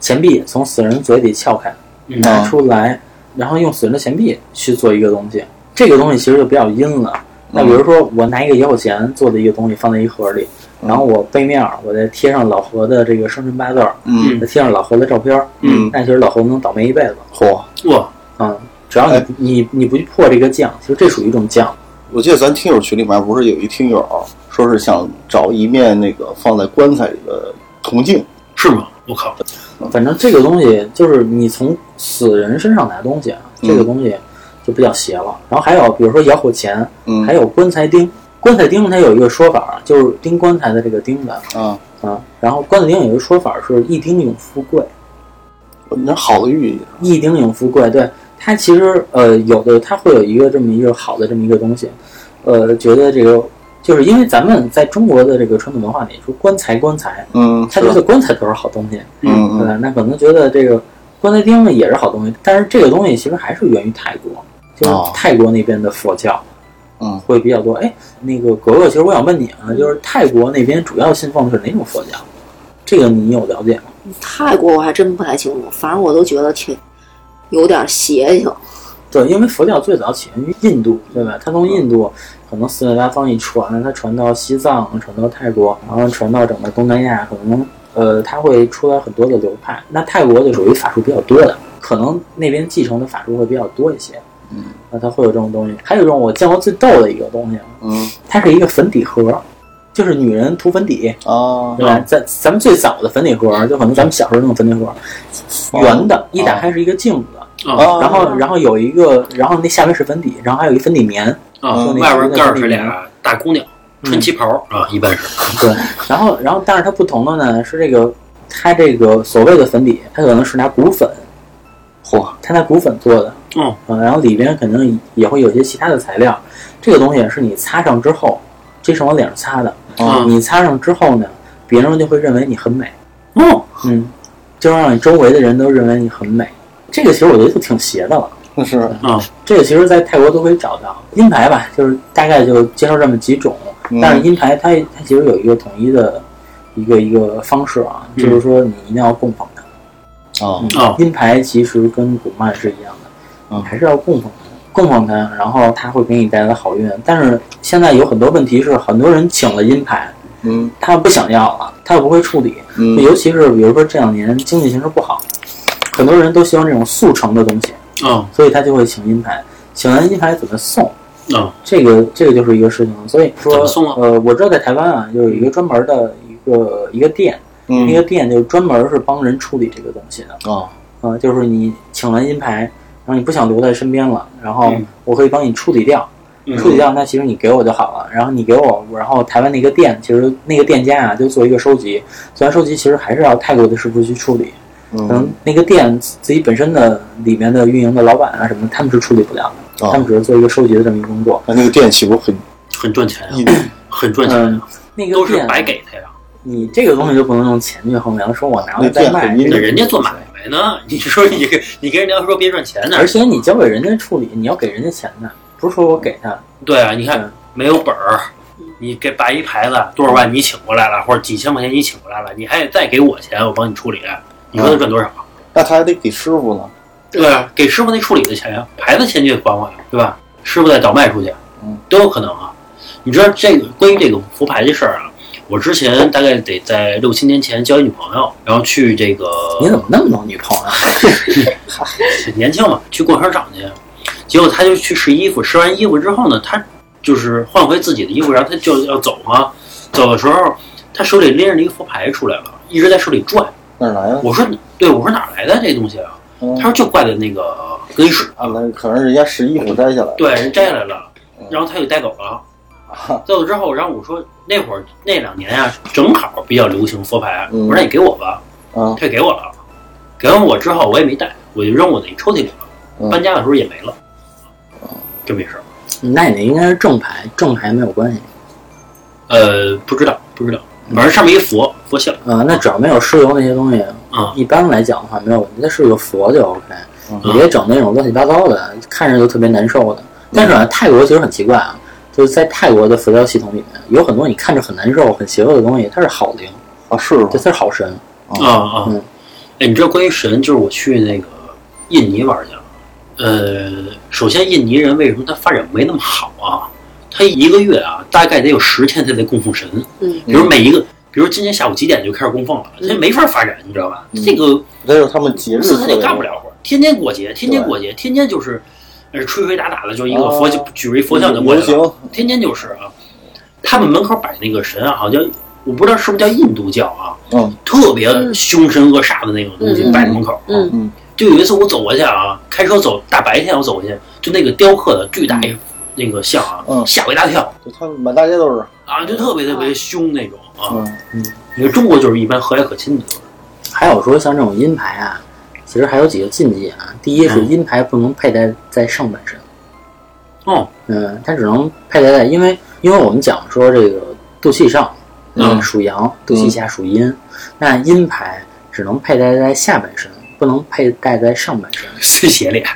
Speaker 3: 钱币从死人嘴里撬开
Speaker 1: 嗯
Speaker 2: 啊
Speaker 3: 拿出来，然后用死人的钱币去做一个东西。这个东西其实就比较阴了。那比如说，我拿一个咬口钱做的一个东西放在一盒里，
Speaker 2: 嗯
Speaker 3: 然后我背面儿我再贴上老何的这个生辰八字儿，
Speaker 2: 嗯，
Speaker 3: 再贴上老何的照片儿，
Speaker 2: 嗯
Speaker 3: 那其实老何能倒霉一辈子。
Speaker 2: 嚯！
Speaker 1: 哇，
Speaker 3: 嗯，只要你
Speaker 2: 哎
Speaker 3: 不你你不去破这个酱，其实这属于一种酱。
Speaker 2: 我记得咱听友群里面不是有一听友说是想找一面那个放在棺材里的铜镜，
Speaker 1: 是吗？我靠，啊
Speaker 3: 反正这个东西就是你从死人身上拿东西啊，
Speaker 2: 嗯
Speaker 3: 这个东西就比较邪了。然后还有比如说咬口钱，
Speaker 2: 嗯，
Speaker 3: 还有棺材钉。棺材钉它有一个说法，就是钉棺材的这个钉子，
Speaker 2: 啊，
Speaker 3: 啊。然后关子岭有一个说法是“一丁永富贵”，
Speaker 2: 你那好的寓意，
Speaker 3: 一丁永富贵，对它其实呃有的它会有一个这么一个好的这么一个东西，呃，觉得这个就是因为咱们在中国的这个传统文化里说棺材棺材，
Speaker 2: 嗯，
Speaker 3: 他
Speaker 2: 是
Speaker 3: 觉得棺材都是好东西，
Speaker 2: 嗯
Speaker 3: 对
Speaker 2: 嗯
Speaker 3: 吧？那可能觉得这个棺材钉呢也是好东西，但是这个东西其实还是源于泰国，就是
Speaker 2: 哦
Speaker 3: 泰国那边的佛教
Speaker 2: 嗯
Speaker 3: 会比较多。哎，那个格格，其实我想问你啊，就是泰国那边主要信奉的是哪种佛教？这个你有了解吗？
Speaker 4: 泰国我还真不太清楚，反正我都觉得挺有点邪性。
Speaker 3: 对，因为佛教最早起源于印度，对吧？它从印度可能四面八方一传，它传到西藏，传到泰国，然后传到整个东南亚，可能呃，它会出来很多的流派。那泰国就属于法术比较多的，可能那边继承的法术会比较多一些。
Speaker 2: 嗯，
Speaker 3: 那它会有这种东西。还有一种我见过最逗的一个东西，啊
Speaker 2: 嗯
Speaker 3: 它是一个粉底盒，就是女人涂粉底。
Speaker 2: 啊，
Speaker 3: 对吧？咱咱们最早的粉底盒，就可能咱们小时候那种粉底盒，圆的，一打开是一个镜子，
Speaker 1: 啊
Speaker 3: 然后
Speaker 4: 哦
Speaker 3: 然后有一个，然后那下面是粉底，然后还有一粉底棉，
Speaker 1: 啊，
Speaker 2: 嗯
Speaker 1: 外边盖儿是俩大姑娘穿旗袍啊，一般是
Speaker 3: 对，然后然后但是它不同的呢是这个，它这个所谓的粉底，它可能是拿骨粉，
Speaker 2: 嚯，
Speaker 3: 它拿骨粉做的，
Speaker 1: 哦
Speaker 3: 啊，然后里边可能也会有一些其他的材料，这个东西是你擦上之后，这是往脸上擦的，
Speaker 1: 啊
Speaker 3: 你擦上之后呢，别人就会认为你很美，
Speaker 1: 哦，
Speaker 3: 嗯，就让你周围的人都认为你很美，这个其实我觉得就挺邪的了。
Speaker 2: 那是
Speaker 3: 这个其实，在泰国都可以找到阴牌吧，就是大概就介绍这么几种。
Speaker 2: 嗯
Speaker 3: 但是阴牌它它其实有一个统一的一个一个方式啊，
Speaker 1: 嗯
Speaker 3: 就是说你一定要供奉它。
Speaker 2: 啊，
Speaker 1: 哦
Speaker 3: 阴牌其实跟古曼是一样的，
Speaker 2: 嗯
Speaker 3: 你还是要供奉它，供奉它，然后它会给你带来好运。但是现在有很多问题是，很多人请了阴牌，
Speaker 2: 嗯
Speaker 3: 他不想要了，他又不会处理，
Speaker 2: 嗯
Speaker 3: 尤其是比如说这两年经济形势不好，很多人都希望这种速成的东西，
Speaker 1: 哦
Speaker 3: 所以他就会请阴牌。请完阴牌怎么送？
Speaker 1: 哦
Speaker 3: 这个这个就是一个事情了，所以
Speaker 1: 怎
Speaker 3: 说
Speaker 1: 么送啊
Speaker 3: 呃，我知道在台湾啊，有一个专门的一个一个店，那个
Speaker 2: 嗯
Speaker 3: 店就专门是帮人处理这个东西的。
Speaker 2: 啊，
Speaker 3: 呃，就是你请完阴牌，然后你不想留在身边了，然后
Speaker 1: 嗯
Speaker 3: 我可以帮你处理掉，
Speaker 1: 嗯
Speaker 3: 处理掉那其实你给我就好了。然后你给我，然后台湾那个店其实那个店家啊就做一个收集，做完收集其实还是要泰国的师傅去处理，可能
Speaker 2: 嗯
Speaker 3: 那个店自己本身的里面的运营的老板啊什么，他们是处理不了
Speaker 1: 哦
Speaker 3: 的，
Speaker 2: 啊
Speaker 3: 他们只是做一个收集的这么一个工作。
Speaker 2: 那那个店岂不是很
Speaker 1: 很赚钱啊，
Speaker 2: 一
Speaker 1: 很赚钱
Speaker 3: 嗯
Speaker 1: 啊，，
Speaker 3: 那个
Speaker 1: 都是
Speaker 3: 店
Speaker 1: 白给他呀。
Speaker 3: 你这个东西就不能用钱去衡量，说我拿来再卖
Speaker 2: 那店很，阴
Speaker 1: 那
Speaker 3: 这
Speaker 1: 人家做买卖呢，你说你跟你跟人家说别赚钱呢
Speaker 3: 而？且你交给人家处理，你要给人家钱的，不是说我给他。
Speaker 1: 对啊，你
Speaker 3: 嗯
Speaker 1: 看没有本儿，你给摆一牌子多少万你请过来了，或者几千块钱你请过来了，你还得再给我钱，我帮你处理，你说他赚多少？
Speaker 2: 那他还得给师傅呢，
Speaker 1: 对啊，给师傅那处理的钱呀，牌子钱就得还我呀，对吧？师傅再倒卖出去
Speaker 2: 嗯，
Speaker 1: 都有可能啊。你知道这个关于这个佛牌这事儿啊，我之前大概得在六七年前交一女朋友，然后去这个
Speaker 3: 你怎么那么多女朋友？啊
Speaker 1: 年轻嘛，去逛商场去，结果他就去试衣服，试完衣服之后呢，他就是换回自己的衣服，然后他就要走嘛，走的时候他手里拎着一个佛牌出来了，一直在手里转。
Speaker 2: 哪儿来的？
Speaker 1: 我说，对我说哪儿来的这东西啊？
Speaker 2: 嗯
Speaker 1: 他说就挂在那个更衣室，
Speaker 2: 啊，那可能人家试衣服摘下来，
Speaker 1: 对，人摘下来了
Speaker 2: 嗯，
Speaker 1: 然后他就带走了。
Speaker 2: 啊，
Speaker 1: 带走之后，然后我说那会儿那两年啊，正好比较流行佛牌，啊
Speaker 2: 嗯
Speaker 1: 我说那你给我吧，
Speaker 2: 啊
Speaker 1: 他就给我了。给完我之后，我也没带，我就扔我那抽屉里
Speaker 2: 嗯
Speaker 1: 了。搬家的时候也没了，这么一事儿。
Speaker 3: 那你那应该是正牌，正牌没有关系。
Speaker 1: 呃，不知道，不知道，反正上面一佛佛像
Speaker 3: 呃，那只要没有尸油那些东西，
Speaker 1: 啊，
Speaker 3: 一般来讲的话没有问题。那是个佛就 OK，
Speaker 2: 嗯
Speaker 3: 你别整那种乱七八糟的，看着就特别难受的。但是啊，泰国其实很奇怪啊，就是在泰国的佛教系统里面，有很多你看着很难受、很邪恶的东西，它是好灵，
Speaker 2: 啊，是吗
Speaker 3: 对，它是好神。
Speaker 1: 啊啊
Speaker 3: 嗯！
Speaker 1: 哎，你知道关于神，就是我去那个印尼玩去了。呃，首先印尼人为什么他发展没那么好啊？他一个月啊，大概得有十天他得供奉神。
Speaker 4: 嗯，
Speaker 1: 比如每一个，比如今年下午几点就开始供奉了，
Speaker 4: 嗯
Speaker 1: 这没法发展，你知道吧？
Speaker 2: 嗯
Speaker 1: 这个
Speaker 2: 这就是他们节日
Speaker 1: 公司他
Speaker 2: 特别
Speaker 1: 就干不了活，天天过节，天天
Speaker 2: 对
Speaker 1: 过节，天天就是，呃，吹吹打打的，就一个
Speaker 2: 啊
Speaker 1: 佛像举着一佛像就过
Speaker 2: 游
Speaker 1: 去了，
Speaker 2: 行，
Speaker 1: 天天就是啊。他们门口摆那个神啊，好像我不知道是不是叫印度教啊，
Speaker 2: 嗯
Speaker 1: 特别凶神恶煞的那种东西
Speaker 4: 嗯
Speaker 1: 摆在门口啊。
Speaker 4: 嗯
Speaker 2: 嗯
Speaker 1: 就有一次我走过去啊，开车走大白天我走过去，就那个雕刻的巨大一那个像啊，
Speaker 2: 嗯
Speaker 1: 吓我一大跳
Speaker 2: 就他们满大街都是，
Speaker 1: 啊，就特别特别凶那种啊。
Speaker 2: 嗯
Speaker 1: 你看中国就是一般和蔼可亲的，
Speaker 3: 还有说像这种阴牌啊，其实还有几个禁忌啊。第一是
Speaker 1: 嗯
Speaker 3: 阴牌不能佩戴在上半身，
Speaker 1: 哦，
Speaker 3: 嗯，它只能佩戴在，因为因为我们讲说这个肚脐上，
Speaker 1: 嗯
Speaker 3: 属阳，肚脐下属阴，那阴牌只能佩戴在下半身，不能佩戴在上半身。
Speaker 1: 是斜脸，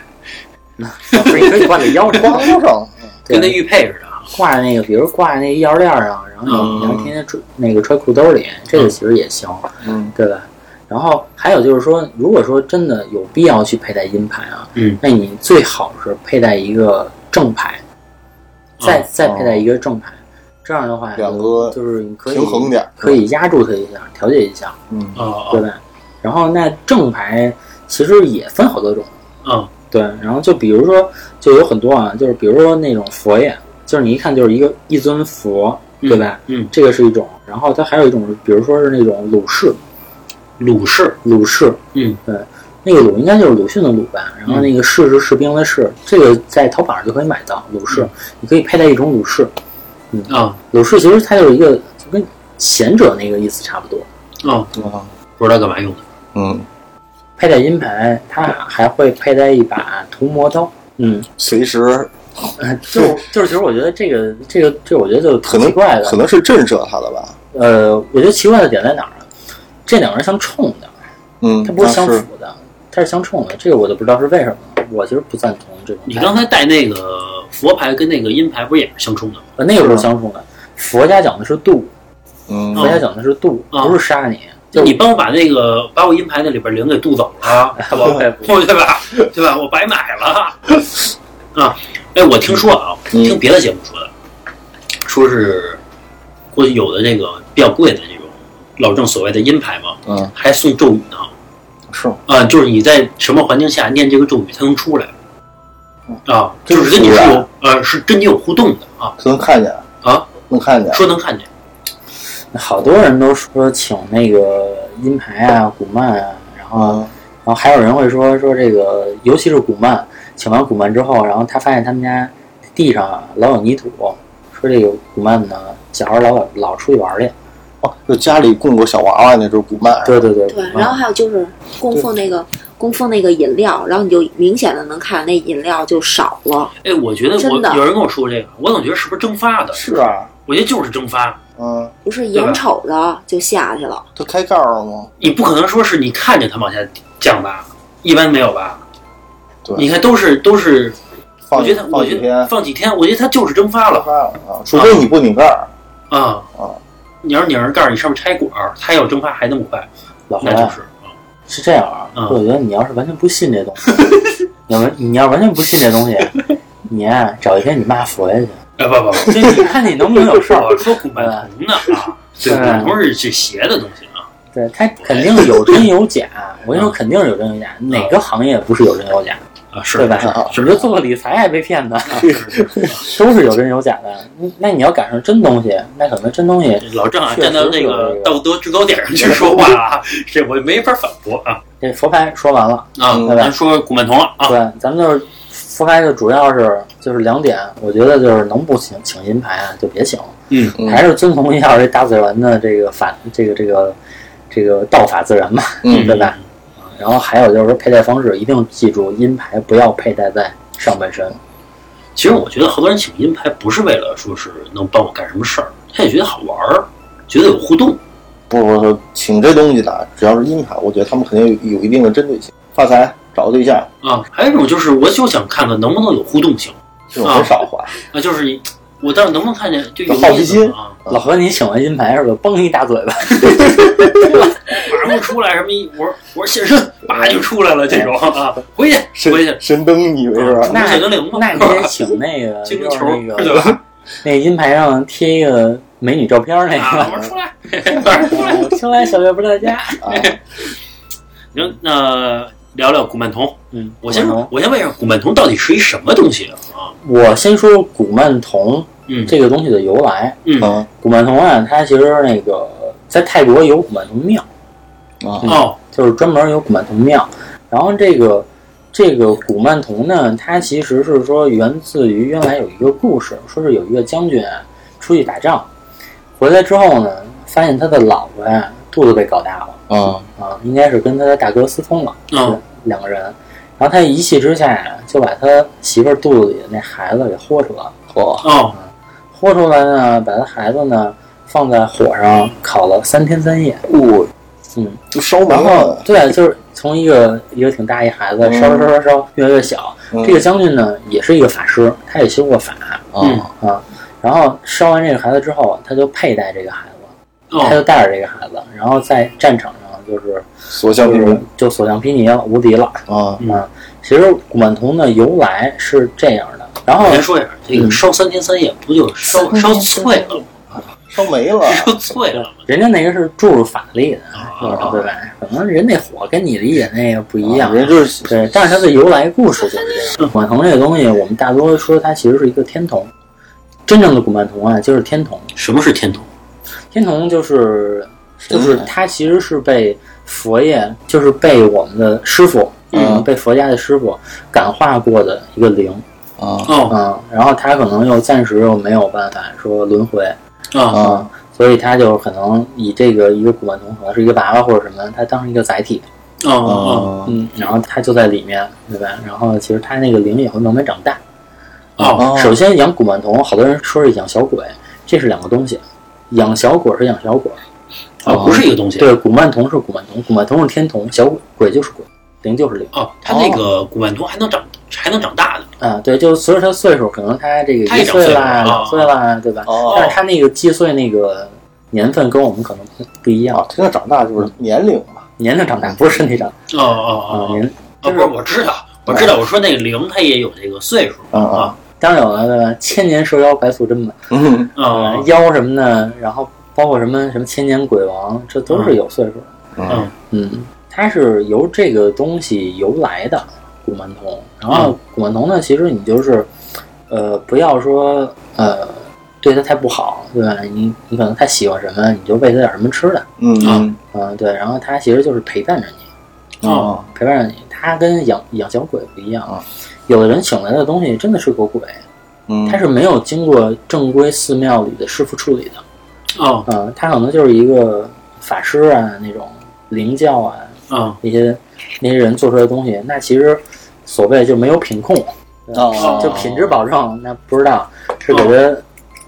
Speaker 3: 老师，你可以挂在腰 上，
Speaker 2: 挂多少？
Speaker 1: 跟那
Speaker 3: 对，
Speaker 1: 玉佩似的啊。
Speaker 3: 挂在那个，比如挂在那个腰链儿上，然后你
Speaker 1: 嗯
Speaker 3: 你要天天揣那个揣裤兜里，这个其实也行。
Speaker 2: 嗯，
Speaker 3: 对吧？然后还有就是说，如果说真的有必要去佩戴阴牌啊，
Speaker 1: 嗯，
Speaker 3: 那你最好是佩戴一个正牌，再、
Speaker 1: 哦
Speaker 3: 再佩戴一个正牌，这样的话就
Speaker 2: 啊两个
Speaker 3: 就是你可以
Speaker 2: 平衡点儿
Speaker 3: 可以压住它一下，调节一下，
Speaker 2: 嗯
Speaker 1: 哦
Speaker 3: 对吧？然后那正牌其实也分好多种，
Speaker 1: 哦，
Speaker 3: 对，然后就比如说就有很多啊，就是比如说那种佛爷，就是你一看就是一个一尊佛，
Speaker 1: 嗯
Speaker 3: 对吧？
Speaker 1: 嗯，
Speaker 3: 这个是一种，然后它还有一种，比如说是那种鲁氏，
Speaker 1: 鲁氏，
Speaker 3: 鲁氏，
Speaker 1: 嗯，
Speaker 3: 对，那个鲁应该就是鲁迅的鲁吧，然后那个士是士兵的士，这个在淘宝上就可以买到鲁氏，你可以佩戴一种鲁氏，
Speaker 1: 啊
Speaker 3: 鲁氏其实它有一个就跟贤者那个意思差不多。
Speaker 1: 哦，
Speaker 2: 啊
Speaker 1: 不知道干嘛用的。
Speaker 2: 嗯，
Speaker 3: 佩戴金牌，它还会佩戴一把屠魔刀。嗯，
Speaker 2: 随时
Speaker 3: 呃就是 就是，其实我觉得这个这个这个，我觉得就
Speaker 2: 可
Speaker 3: 挺
Speaker 2: 能
Speaker 3: 奇怪
Speaker 2: 可
Speaker 3: 的。
Speaker 2: 能是震慑他的吧。
Speaker 3: 呃，我觉得奇怪的点在哪儿啊？这两个人相冲的，
Speaker 2: 嗯，
Speaker 3: 它不是
Speaker 2: 那
Speaker 3: 相符的，它是相冲的。这个我就不知道是为什么了。我其实不赞同这种。
Speaker 1: 你刚才带那个佛牌跟那个阴牌，不是也是相冲的吗？
Speaker 3: 呃，那个不是相冲的。佛家讲的是度，
Speaker 2: 嗯
Speaker 3: 佛家讲的是度，
Speaker 1: 啊
Speaker 3: 不是杀你。
Speaker 1: 就
Speaker 3: 就啊
Speaker 1: 你帮我把那个把我阴牌那里边灵给渡走了，对吧？ 对 吧？对吧？我白买了啊！哎，我听说啊，
Speaker 2: 嗯
Speaker 1: 听别的节目说的，说是估计有的这个比较贵的这种老郑所谓的阴牌嘛，
Speaker 2: 嗯
Speaker 1: 还送咒语呢
Speaker 2: 是
Speaker 1: 啊，就是你在什么环境下念这个咒语，它能出来啊，就是跟你是
Speaker 2: 真是嗯
Speaker 1: 有呃是跟你有互动的啊
Speaker 2: 能看见
Speaker 1: 啊，
Speaker 2: 能看见。
Speaker 1: 说能看见
Speaker 3: 好多人都说请那个阴牌啊、古曼啊，然后、
Speaker 2: 啊，
Speaker 3: 然后还有人会说说这个，尤其是古曼，请完古曼之后，然后他发现他们家地上啊老有泥土，说这个古曼呢，小孩老老出去玩去。
Speaker 2: 哦，就家里供过小娃娃那种古曼，
Speaker 3: 对对对，
Speaker 4: 对，
Speaker 3: 古曼
Speaker 4: 然后还有就是供奉那个啊供奉那个饮料，然后你就明显的能看那饮料就少了。
Speaker 1: 哎，我觉得我
Speaker 4: 真的
Speaker 1: 有人跟我说这个，我总觉得是不是蒸发的？
Speaker 2: 是啊，
Speaker 1: 我觉得就是蒸发。
Speaker 2: 嗯，
Speaker 4: 不是
Speaker 1: 对吧
Speaker 4: 眼瞅着就下去了，
Speaker 2: 他开盖儿了吗？
Speaker 1: 你不可能说是你看见它往下降吧？一般没有吧？
Speaker 2: 对
Speaker 1: 你看都是都是，我
Speaker 2: 放
Speaker 1: 觉得我
Speaker 2: 放
Speaker 1: 觉
Speaker 2: 几
Speaker 1: 得
Speaker 2: 天，
Speaker 1: 放几天，我觉得它就是蒸发
Speaker 2: 开
Speaker 1: 了
Speaker 2: 盖儿了啊，除非你不拧盖儿。
Speaker 1: 啊
Speaker 2: 啊！
Speaker 1: 你要是拧着盖儿，你上面拆管儿，它要蒸发还那么快，
Speaker 3: 老何
Speaker 1: 那
Speaker 3: 啊
Speaker 1: 就是啊
Speaker 3: 是这样啊，
Speaker 1: 嗯
Speaker 3: 我觉得你要是完全不信这东西， 你要完你要完全不信这东西，你啊找一天你骂佛爷去。
Speaker 1: 哎不不 不，
Speaker 3: 就你看你 能不能有事儿？
Speaker 1: 我说古曼童呢啊，对，古
Speaker 3: 嗯
Speaker 1: 曼童是这邪的东西啊，
Speaker 3: 对他肯定有真有假，我跟你说肯定是有真有假，哪个行业不是有真有假，
Speaker 1: 啊是
Speaker 3: 对吧
Speaker 1: 是？
Speaker 3: 只是做个理财还被骗的，
Speaker 1: 是是 是
Speaker 3: 都是有真有假的。你那你要赶上真东西，那可能真东西
Speaker 1: 老郑啊，
Speaker 3: 确实
Speaker 1: 站到
Speaker 3: 是
Speaker 1: 那
Speaker 3: 有
Speaker 1: 个
Speaker 3: 这个
Speaker 1: 道德制高点上去说话啊，这我没法反驳啊
Speaker 3: 这佛牌说完了，
Speaker 1: 啊！
Speaker 2: 嗯
Speaker 1: 咱说古曼童了啊，
Speaker 3: 对，咱们就是佛牌就主要是就是两点，我觉得就是能不请请银牌啊就别请了。
Speaker 1: 嗯
Speaker 2: 嗯
Speaker 3: 还是遵从一下这大自然的这个法，这个这个这个道法自然吧，
Speaker 2: 嗯
Speaker 3: 对吧？然后还有就是说佩戴方式，一定记住阴牌不要佩戴在上半身。
Speaker 1: 其实我觉得好多人请阴牌不是为了说是能帮我干什么事儿，他也觉得好玩儿，觉得有互动。
Speaker 2: 不不不，请这东西的，只要是阴牌，我觉得他们肯定有有一定的针对性。发财找个对象，
Speaker 1: 啊，还有一种就是，我就想看看能不能有互动性
Speaker 2: 这种很少花。
Speaker 1: 啊，就是你我到底能不能看见就有
Speaker 2: 好奇
Speaker 1: 意思
Speaker 2: 心
Speaker 1: 啊，
Speaker 3: 老何，你请完阴牌是吧？崩一大嘴巴，
Speaker 1: 马上出来什么一，我说我说现身，叭就出来了这种啊，回去
Speaker 2: 神
Speaker 1: 回去，啊
Speaker 2: 神灯，你以为是吧？
Speaker 3: 那
Speaker 1: 水精灵吗
Speaker 3: 那你得请那 个
Speaker 1: 精
Speaker 3: 就
Speaker 1: 灵
Speaker 3: 是
Speaker 1: 球
Speaker 3: 那
Speaker 1: 对
Speaker 3: 个
Speaker 1: 吧？
Speaker 3: 那阴牌上贴一个美女照片儿 那
Speaker 1: 啊，
Speaker 3: 个。
Speaker 1: 我说出来，马上出来。
Speaker 3: 青来小月不在家，
Speaker 2: 啊，
Speaker 1: 行，那聊聊古曼童。
Speaker 3: 嗯，
Speaker 1: 我先
Speaker 3: 古曼童
Speaker 1: 我先问一下，古曼童到底是一什么东西啊？
Speaker 3: 我先说古曼童
Speaker 1: 嗯
Speaker 3: 这个东西的由来。
Speaker 1: 嗯
Speaker 2: 嗯
Speaker 3: 古曼童啊，它其实那个在泰国有古曼童庙，
Speaker 2: 啊，
Speaker 1: 哦，
Speaker 3: 就是专门有古曼童庙。然后这个这个古曼童呢，它其实是说源自于原来有一个故事，说是有一个将军啊出去打仗，回来之后呢，发现他的老婆呀肚子被搞大了
Speaker 2: 啊
Speaker 3: 啊，应该是跟他的大哥私通了，
Speaker 1: 嗯
Speaker 3: 两个人，然后他一气之下呀就把他媳妇儿肚子里的那孩子给豁出来了，
Speaker 2: 嚯
Speaker 1: 哦，
Speaker 3: 豁出来呢，把他孩子呢放在火上烤了三天三夜，
Speaker 2: 哦，
Speaker 3: 嗯，
Speaker 2: 就烧没
Speaker 3: 然后
Speaker 2: 了，
Speaker 3: 对，就是从一个一个挺大一孩子
Speaker 2: 嗯
Speaker 3: 烧烧烧烧烧越来越小。
Speaker 2: 嗯
Speaker 3: 这个将军呢也是一个法师，他也修过法
Speaker 2: 啊
Speaker 3: 啊。然后烧完这个孩子之后，他就佩戴这个孩子，他就
Speaker 1: 哦，
Speaker 3: 带着这个孩子，然后在战场上就是
Speaker 2: 所向
Speaker 3: 就
Speaker 2: 披
Speaker 3: 是
Speaker 2: 靡
Speaker 3: 就所向披靡了，无敌了
Speaker 2: 啊
Speaker 1: 嗯
Speaker 3: 啊。其实古曼童的由来是这样的，然后
Speaker 1: 我先说一下，这个
Speaker 3: 哦嗯
Speaker 1: 烧三天三夜不就是烧烧脆了吗？
Speaker 2: 烧没了，
Speaker 1: 烧脆了吗？
Speaker 3: 人家那个是注入法力的，
Speaker 1: 啊
Speaker 3: 对吧？可能人那火跟你理解那个不一样，
Speaker 2: 哦人就是
Speaker 3: 对，但是它的由来故事就是这样。古曼童这个东西，我们大多说它其实是一个天童，真正的古曼童啊，就是天童。
Speaker 1: 什么是天童？
Speaker 3: 天童就是
Speaker 2: 神
Speaker 3: 就
Speaker 2: 童
Speaker 3: 是它其实是被佛爷，就是被我们的师傅，呃
Speaker 2: 嗯
Speaker 3: 被佛家的师傅感化过的一个灵，
Speaker 2: 啊
Speaker 1: 哦
Speaker 3: 嗯，然后他可能又暂时又没有办法说轮回，
Speaker 1: 啊
Speaker 2: 啊
Speaker 3: 嗯，所以他就可能以这个一个古曼童，可能是一个娃娃或者什么，他当成一个载体，
Speaker 1: 哦哦
Speaker 2: 啊
Speaker 3: 嗯，然后他就在里面，对吧？然后其实他那个灵也会慢慢长大。
Speaker 1: 哦，
Speaker 2: 啊
Speaker 3: 首先养古曼童，好多人说是养小鬼，这是两个东西。养小鬼是养小鬼，
Speaker 1: 哦，不是一个东西。
Speaker 3: 对，古曼童是古曼童，古曼童是天童，小鬼鬼就是鬼，灵就是灵
Speaker 1: 哦，他那个古曼童还能长，还能长大的。
Speaker 3: 啊。对，就随着他岁数，可能他这个
Speaker 1: 他
Speaker 3: 一
Speaker 1: 也长岁
Speaker 3: 岁
Speaker 1: 了
Speaker 3: 啦、
Speaker 1: 啊
Speaker 3: 两岁啦，对吧？
Speaker 2: 哦
Speaker 3: 但是他那个计岁那个年份跟我们可能不不一
Speaker 1: 哦
Speaker 3: 样，
Speaker 2: 真的长大就是年龄嘛，
Speaker 3: 年龄长大不是身体长
Speaker 1: 哦哦
Speaker 3: 啊，
Speaker 1: 哦
Speaker 3: 年
Speaker 1: 哦，不是，我知道，我知道。我说那个灵，它也有这个岁数。
Speaker 2: 啊
Speaker 1: 啊
Speaker 2: 啊
Speaker 3: 当然有了，对吧？千年蛇妖白素贞嘛，
Speaker 2: 嗯
Speaker 1: 哦
Speaker 3: 妖什么的，然后包括什么什么千年鬼王，这都是有岁数的。
Speaker 2: 嗯
Speaker 3: 嗯，它是由这个东西由来的古曼童。然后古曼童呢，其实你就是，呃，不要说呃对它太不好，对吧？你你可能太喜欢什么，你就喂它点什么吃的，
Speaker 2: 嗯
Speaker 3: 嗯、对。然后它其实就是陪伴着你，
Speaker 2: 嗯啊
Speaker 3: 陪伴着你。它跟养养小鬼不一样
Speaker 2: 啊，
Speaker 3: 有的人请来的东西真的是个鬼，
Speaker 2: 嗯，
Speaker 3: 它是没有经过正规寺庙里的师傅处理的，
Speaker 1: 哦
Speaker 3: 嗯、它可能就是一个法师啊那种灵教啊，
Speaker 1: 哦
Speaker 3: 那些那些人做出来的东西，那其实所谓就没有品控，
Speaker 2: 哦
Speaker 3: 就品质保证，那不知道是给他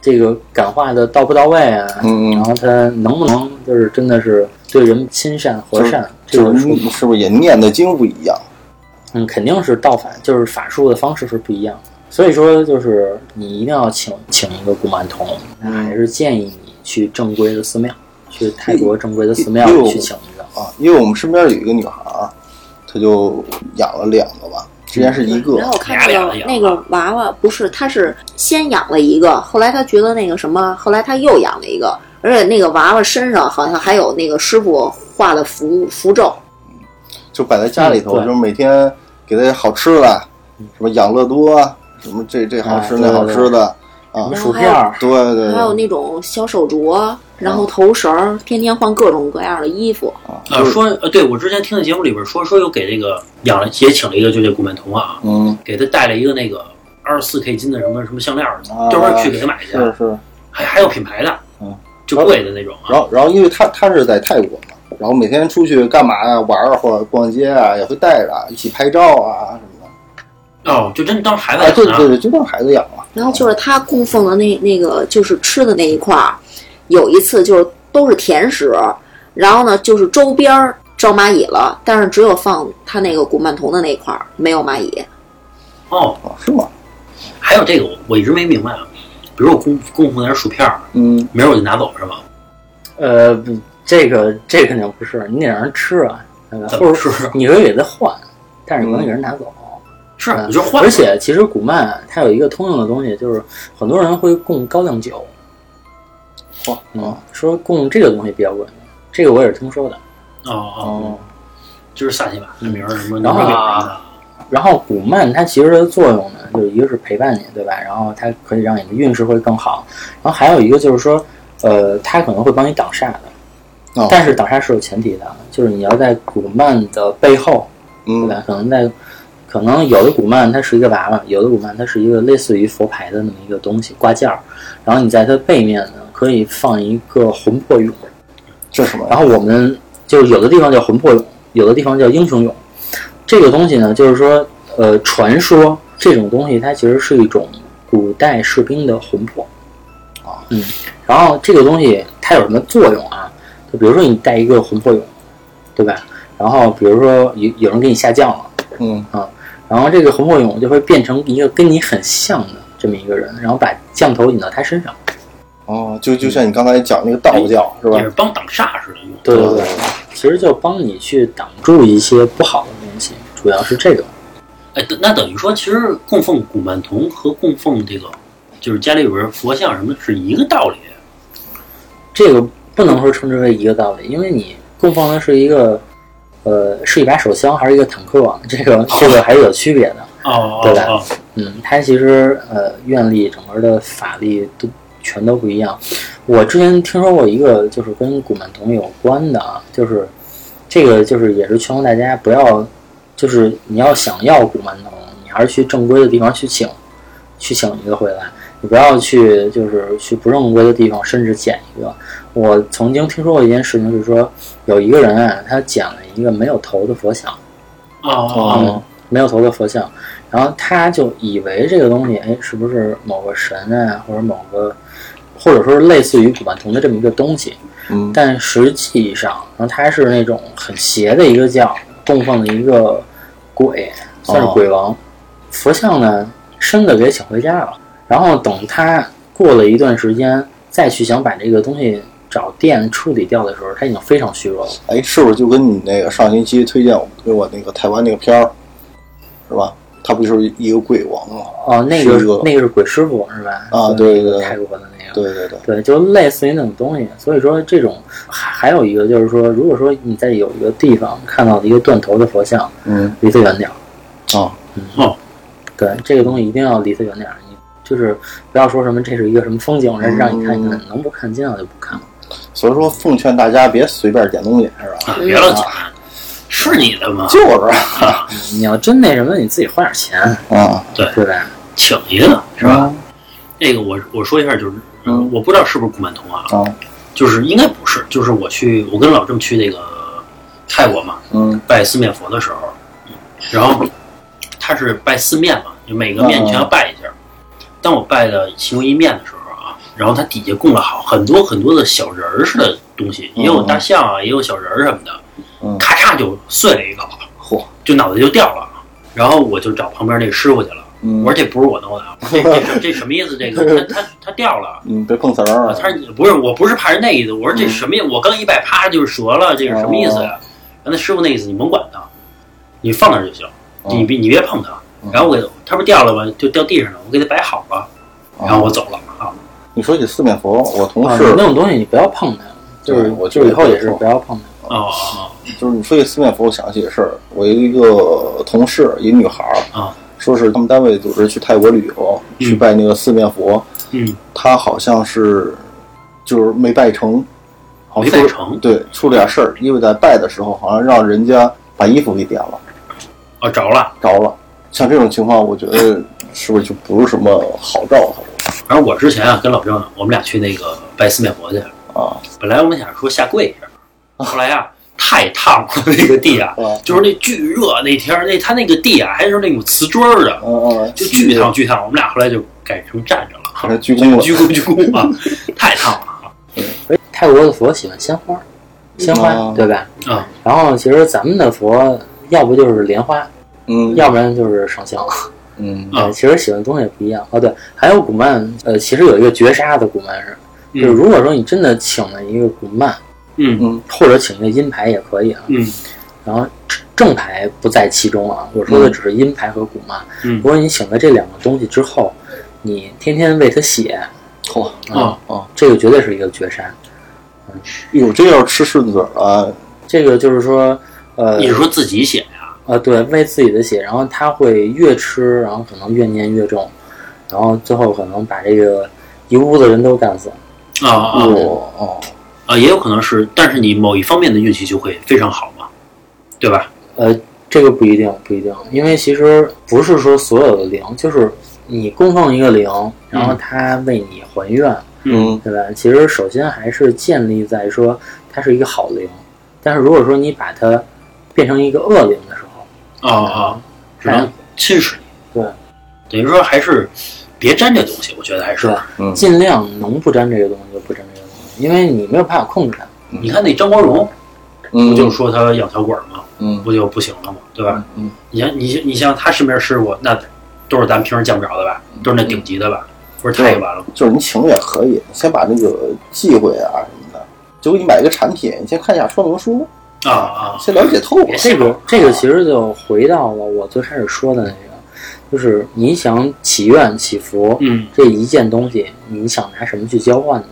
Speaker 3: 这个感化的到不到位啊，
Speaker 2: 嗯嗯
Speaker 3: 然后他能不能就是真的是对人亲善和善，这
Speaker 2: 就
Speaker 3: 种
Speaker 2: 是
Speaker 3: 说
Speaker 2: 是不是也念的经不一样？
Speaker 3: 嗯肯定是道法，就是法术的方式是不一样的。所以说，就是你一定要请请一个古曼童，那
Speaker 2: 嗯
Speaker 3: 还是建议你去正规的寺庙，去泰国正规的寺庙
Speaker 2: 哎呦
Speaker 3: 去请一个。
Speaker 2: 啊，因为我们身边有一个女孩儿，啊她就养了两个吧，之前是一个
Speaker 4: 然后我看
Speaker 1: 俩
Speaker 4: 那
Speaker 1: 俩
Speaker 4: 个
Speaker 1: 呀
Speaker 4: 那个娃娃，不是，他是先养了一个，后来他觉得那个什么，后来他又养了一个，而且那个娃娃身上好像还有那个师傅画的符符咒，
Speaker 2: 就摆在家里头，
Speaker 3: 嗯对
Speaker 2: 就是每天给她好吃的，什么养乐多啊，什么这这好吃
Speaker 3: 啊
Speaker 2: 那
Speaker 3: 对
Speaker 2: 好吃的
Speaker 3: 什
Speaker 2: 啊
Speaker 3: 么，
Speaker 4: 然
Speaker 3: 薯
Speaker 4: 后还
Speaker 3: 片
Speaker 4: 有
Speaker 3: 儿，
Speaker 2: 对对
Speaker 4: 还有
Speaker 2: 对，
Speaker 4: 那种小手镯，然后头绳儿，天天换各种各样的衣服。
Speaker 2: 啊
Speaker 1: 呃，说呃，对我之前听的节目里边说，说有给这个养了也请了一个，就这古曼童啊，
Speaker 2: 嗯，
Speaker 1: 给他带了一个那个二十四 K 金的什么什么项链儿，
Speaker 2: 啊
Speaker 1: 专门去给他买去，
Speaker 2: 是是。
Speaker 1: 还还有品牌的
Speaker 2: 嗯，
Speaker 1: 就贵的那种啊。
Speaker 2: 然后然后因为她她是在泰国嘛，然后每天出去干嘛呀，玩儿或者逛街啊，也会带着啊一起拍照啊什么的。
Speaker 1: 哦，就真当孩子
Speaker 3: 哎
Speaker 2: 啊，对
Speaker 1: 养
Speaker 2: 对
Speaker 1: 的。
Speaker 2: 对，就当孩子养了。
Speaker 4: 然后就是他供奉的那那个就是吃的那一块儿，有一次就是都是甜食，然后呢就是周边儿招蚂蚁了，但是只有放他那个古曼童的那块儿没有蚂蚁。
Speaker 1: 哦，
Speaker 2: 啊，是吗？
Speaker 1: 还有这个我我一直没明白啊，比如我供供奉点薯片儿，
Speaker 2: 嗯，
Speaker 1: 明儿我就拿走是吧？
Speaker 3: 呃，不这个这肯定不是，你得让人吃啊，对吧
Speaker 1: 怎
Speaker 3: 或
Speaker 1: 么
Speaker 3: 者
Speaker 1: 吃啊嗯
Speaker 3: 你可以给他换，但是你不能给人拿走。
Speaker 1: 是，啊
Speaker 3: 嗯
Speaker 1: 我就换。
Speaker 3: 而且其实古曼啊它有一个通用的东西，就是很多人会供高粱酒，
Speaker 2: 嚯
Speaker 3: 嗯，说供这个东西比较管用，这个我也是听说的。嗯
Speaker 1: 哦哦，
Speaker 2: 哦，
Speaker 1: 就是萨提玛的名儿什么
Speaker 3: 然
Speaker 1: 牛
Speaker 3: 后
Speaker 1: 肉饼啊什么的。
Speaker 3: 然后古曼它其实的作用呢，就是一个是陪伴你，对吧？然后它可以让你的运势会更好，然后还有一个就是说，呃，它可能会帮你挡煞的，
Speaker 2: 哦
Speaker 3: 但是挡煞是有前提的，就是你要在古曼的背后对
Speaker 2: 嗯
Speaker 3: 吧？可能在，可能有的古曼它是一个娃娃，有的古曼它是一个类似于佛牌的那么一个东西挂件儿，然后你在它背面呢，可以放一个魂魄俑，
Speaker 2: 这是什么呀？
Speaker 3: 然后我们就是有的地方叫魂魄俑，有的地方叫英雄俑。这个东西呢，就是说，呃，传说这种东西它其实是一种古代士兵的魂魄
Speaker 2: 啊，
Speaker 3: 嗯。然后这个东西它有什么作用啊？就比如说你带一个魂魄俑，对吧？然后比如说有有人给你下降了，
Speaker 2: 嗯，
Speaker 3: 然后这个魂魄俑就会变成一个跟你很像的这么一个人，然后把降头引到他身上。
Speaker 2: 哦，就就像你刚才讲那个道教是吧
Speaker 1: 也？是帮挡煞似的用。
Speaker 3: 对对对，其实就帮你去挡住一些不好的东西，主要是这个。
Speaker 1: 哎，等那等于说，其实供奉古曼童和供奉这个就是家里有人佛像什么的是一个道理。
Speaker 3: 这个不能说称之为一个道理，因为你供奉的是一个，呃，是一把手枪还是一个坦克啊？这个这个还是有区别的。
Speaker 1: 哦
Speaker 3: 对
Speaker 1: 哦
Speaker 3: 吧
Speaker 1: 哦，
Speaker 3: 嗯，它其实呃，愿力整个的法力都全都不一样。我之前听说过一个，就是跟古曼童有关的啊，就是这个就是也是劝告大家不要，就是你要想要古曼童，你还是去正规的地方去请，去请一个回来，你不要去就是去不正规的地方，甚至捡一个。我曾经听说过一件事情，是说有一个人啊，他捡了一个没有头的佛像。
Speaker 1: 哦哦，
Speaker 3: 嗯，没有头的佛像，然后他就以为这个东西，哎，是不是某个神啊，或者某个，或者说是类似于古曼童的这么一个东西？
Speaker 2: 嗯，
Speaker 3: 但实际上，然后他是那种很邪的一个教，供奉的一个鬼，算是鬼王。
Speaker 2: 哦
Speaker 3: 佛像呢，身子给请回家了。然后等他过了一段时间，再去想把这个东西找店处理掉的时候，他已经非常虚弱了。
Speaker 2: 哎，是不是就跟你那个上星期推荐我给我那个台湾那个片儿，是吧？他不就是一个鬼王吗？
Speaker 3: 哦，那
Speaker 2: 虚弱
Speaker 3: 个那个是鬼师傅是吧？
Speaker 2: 啊
Speaker 3: 就是
Speaker 2: 对对对
Speaker 3: 泰国的那个。
Speaker 2: 对对对，
Speaker 3: 对，就类似于那种东西。所以说，这种还还有一个就是说，如果说你在有一个地方看到一个断头的佛像，
Speaker 2: 嗯
Speaker 3: 离它远点儿。
Speaker 2: 啊，
Speaker 3: 嗯
Speaker 1: 哦
Speaker 3: 对，这个东西一定要离它远点儿。你就是不要说什么这是一个什么风景，让让你看一看，能不看尽量就不看。
Speaker 2: 所以说奉劝大家别随便点东西，是吧？
Speaker 1: 啊别乱讲，
Speaker 3: 嗯
Speaker 1: 是你的吗？
Speaker 2: 就是啊
Speaker 3: 你要真那什么，你自己花点钱，
Speaker 2: 啊，
Speaker 3: 对吧？
Speaker 1: 请一个是吧？？那个我我说一下，就是、呃
Speaker 2: 嗯
Speaker 1: 我不知道是不是古曼童啊，
Speaker 2: 啊，
Speaker 1: 就是应该不是，就是我去我跟老郑去那个泰国嘛，
Speaker 2: 嗯
Speaker 1: 拜四面佛的时候，然后他是拜四面嘛，就每个
Speaker 2: 嗯
Speaker 1: 面全要拜一下。当我拜的其中一面的时候啊，然后它底下供了好很多很多的小人儿似的东西，也有大象啊，也有小人儿什么的，
Speaker 2: 嗯，
Speaker 1: 咔嚓就碎了一个，
Speaker 2: 嚯，
Speaker 1: 就脑袋就掉了。然后我就找旁边那师傅去了，我
Speaker 2: 嗯
Speaker 1: 说，这不是我弄的啊，这这什这什么意思？这 个它它它掉了。
Speaker 2: 嗯，别碰瓷儿
Speaker 1: 啊，他说你不是，我不是怕人那意思，我说这
Speaker 2: 嗯哦
Speaker 1: 什么意思？我刚一拜，啪就是折了，这是什么意思呀？然后那师傅那意思你甭管他，你放那儿就行，
Speaker 2: 哦
Speaker 1: 你别你别碰它。
Speaker 2: 嗯
Speaker 1: 然后我给他不是掉了吗？就掉地上了，我给他摆好了，
Speaker 2: 哦
Speaker 1: 然后我走了啊。
Speaker 2: 你说起四面佛，我同
Speaker 3: 啊，
Speaker 2: 事
Speaker 3: 那种东西你不要碰它，就是
Speaker 2: 对我觉
Speaker 3: 就
Speaker 2: 得
Speaker 3: 是以后也
Speaker 2: 不
Speaker 3: 是
Speaker 2: 错
Speaker 3: 不要碰它。
Speaker 1: 哦哦
Speaker 2: 就是你说起四面佛，我想起一事儿，我有一个同事，一女孩儿
Speaker 1: 啊，
Speaker 2: 说是他们单位组织去泰国旅游，
Speaker 1: 嗯
Speaker 2: 去拜那个四面佛，
Speaker 1: 嗯，
Speaker 2: 她好像是就是没拜成，好
Speaker 1: 没
Speaker 2: 像
Speaker 1: 拜
Speaker 2: 出
Speaker 1: 成
Speaker 2: 对，出了点事儿，因为在拜的时候好像让人家把衣服给点了，
Speaker 1: 哦着了。
Speaker 2: 着了。像这种情况，我觉得是不是就不是什么好兆头
Speaker 1: 反正我之前啊跟老郑，我们俩去那个拜四面佛去，
Speaker 2: 啊？
Speaker 1: 本来我们想说下跪一下，
Speaker 2: 哦
Speaker 1: 后来啊太烫了那个地啊，
Speaker 2: 啊，
Speaker 1: 就是那巨热那天儿，那他那个地啊还是那种瓷砖儿的，
Speaker 2: 嗯嗯，
Speaker 1: 就巨烫巨烫，我们俩后来就改成站着了，
Speaker 2: 还是鞠躬 了
Speaker 1: 鞠躬鞠躬啊，太烫了啊！
Speaker 3: 哎，泰国的佛喜欢鲜花，鲜花、
Speaker 2: 嗯
Speaker 3: 对吧？
Speaker 1: 啊
Speaker 3: 然后其实咱们的佛要不就是莲花，
Speaker 2: 嗯
Speaker 3: 要不然就是上香。
Speaker 2: 嗯
Speaker 1: 啊
Speaker 3: 呃其实喜欢的东西也不一样。哦，对，还有古曼，呃，其实有一个绝杀的古曼是，
Speaker 1: 嗯
Speaker 3: 就是如果说你真的请了一个古曼，
Speaker 1: 嗯
Speaker 2: 嗯
Speaker 3: 或者请一个阴牌也可以啊。
Speaker 1: 嗯
Speaker 3: 然后正正牌不在其中啊，我说的只是阴牌和古曼。
Speaker 1: 嗯
Speaker 3: 如果你请了这两个东西之后，你天天喂它血，
Speaker 2: 嚯，
Speaker 1: 啊
Speaker 3: 这个绝对是一个绝杀。
Speaker 2: 哟，这要是吃啊顺嘴儿了，
Speaker 3: 这个就是说，呃，
Speaker 1: 你是说自己写呀？
Speaker 3: 啊，对，喂自己的血，然后他会越吃，然后可能越念越重，然后最后可能把这个一屋子人都干死。
Speaker 1: 啊啊
Speaker 2: 哟哦，
Speaker 1: 啊！也有可能是，但是你某一方面的运气就会非常好嘛，对吧？
Speaker 3: 呃，这个不一定，不一定，因为其实不是说所有的灵，就是你供奉一个灵，然后他为你还愿，
Speaker 2: 嗯
Speaker 3: 对吧？其实首先还是建立在说它是一个好灵，但是如果说你把它变成一个恶灵的时候，
Speaker 1: 啊啊，只能侵蚀你。
Speaker 3: 对，
Speaker 1: 等于说还是别沾这东西，我觉得还是
Speaker 3: 对。
Speaker 2: 嗯
Speaker 3: 尽量能不沾这个东西就不沾这个东西，因为你没有办法控制它。
Speaker 1: 你看那张国荣，
Speaker 2: 嗯，
Speaker 1: 不就说他养小鬼儿吗？
Speaker 2: 嗯
Speaker 1: 不就不行了吗？对吧？
Speaker 2: 嗯
Speaker 1: 你像你你像他身边师傅，那都是咱们平时见不着的吧？都是那顶级的吧？不是他也完了吗？
Speaker 2: 就是你请也可以，先把那个忌讳啊什么的，就给你买一个产品，你先看一下说明书，
Speaker 1: 啊啊，
Speaker 2: 先了解透了
Speaker 1: 别。
Speaker 3: 这个这个其实就回到了我最开始说的那个，就是你想祈愿祈福
Speaker 1: 嗯
Speaker 3: 这一件东西，你想拿什么去交换呢？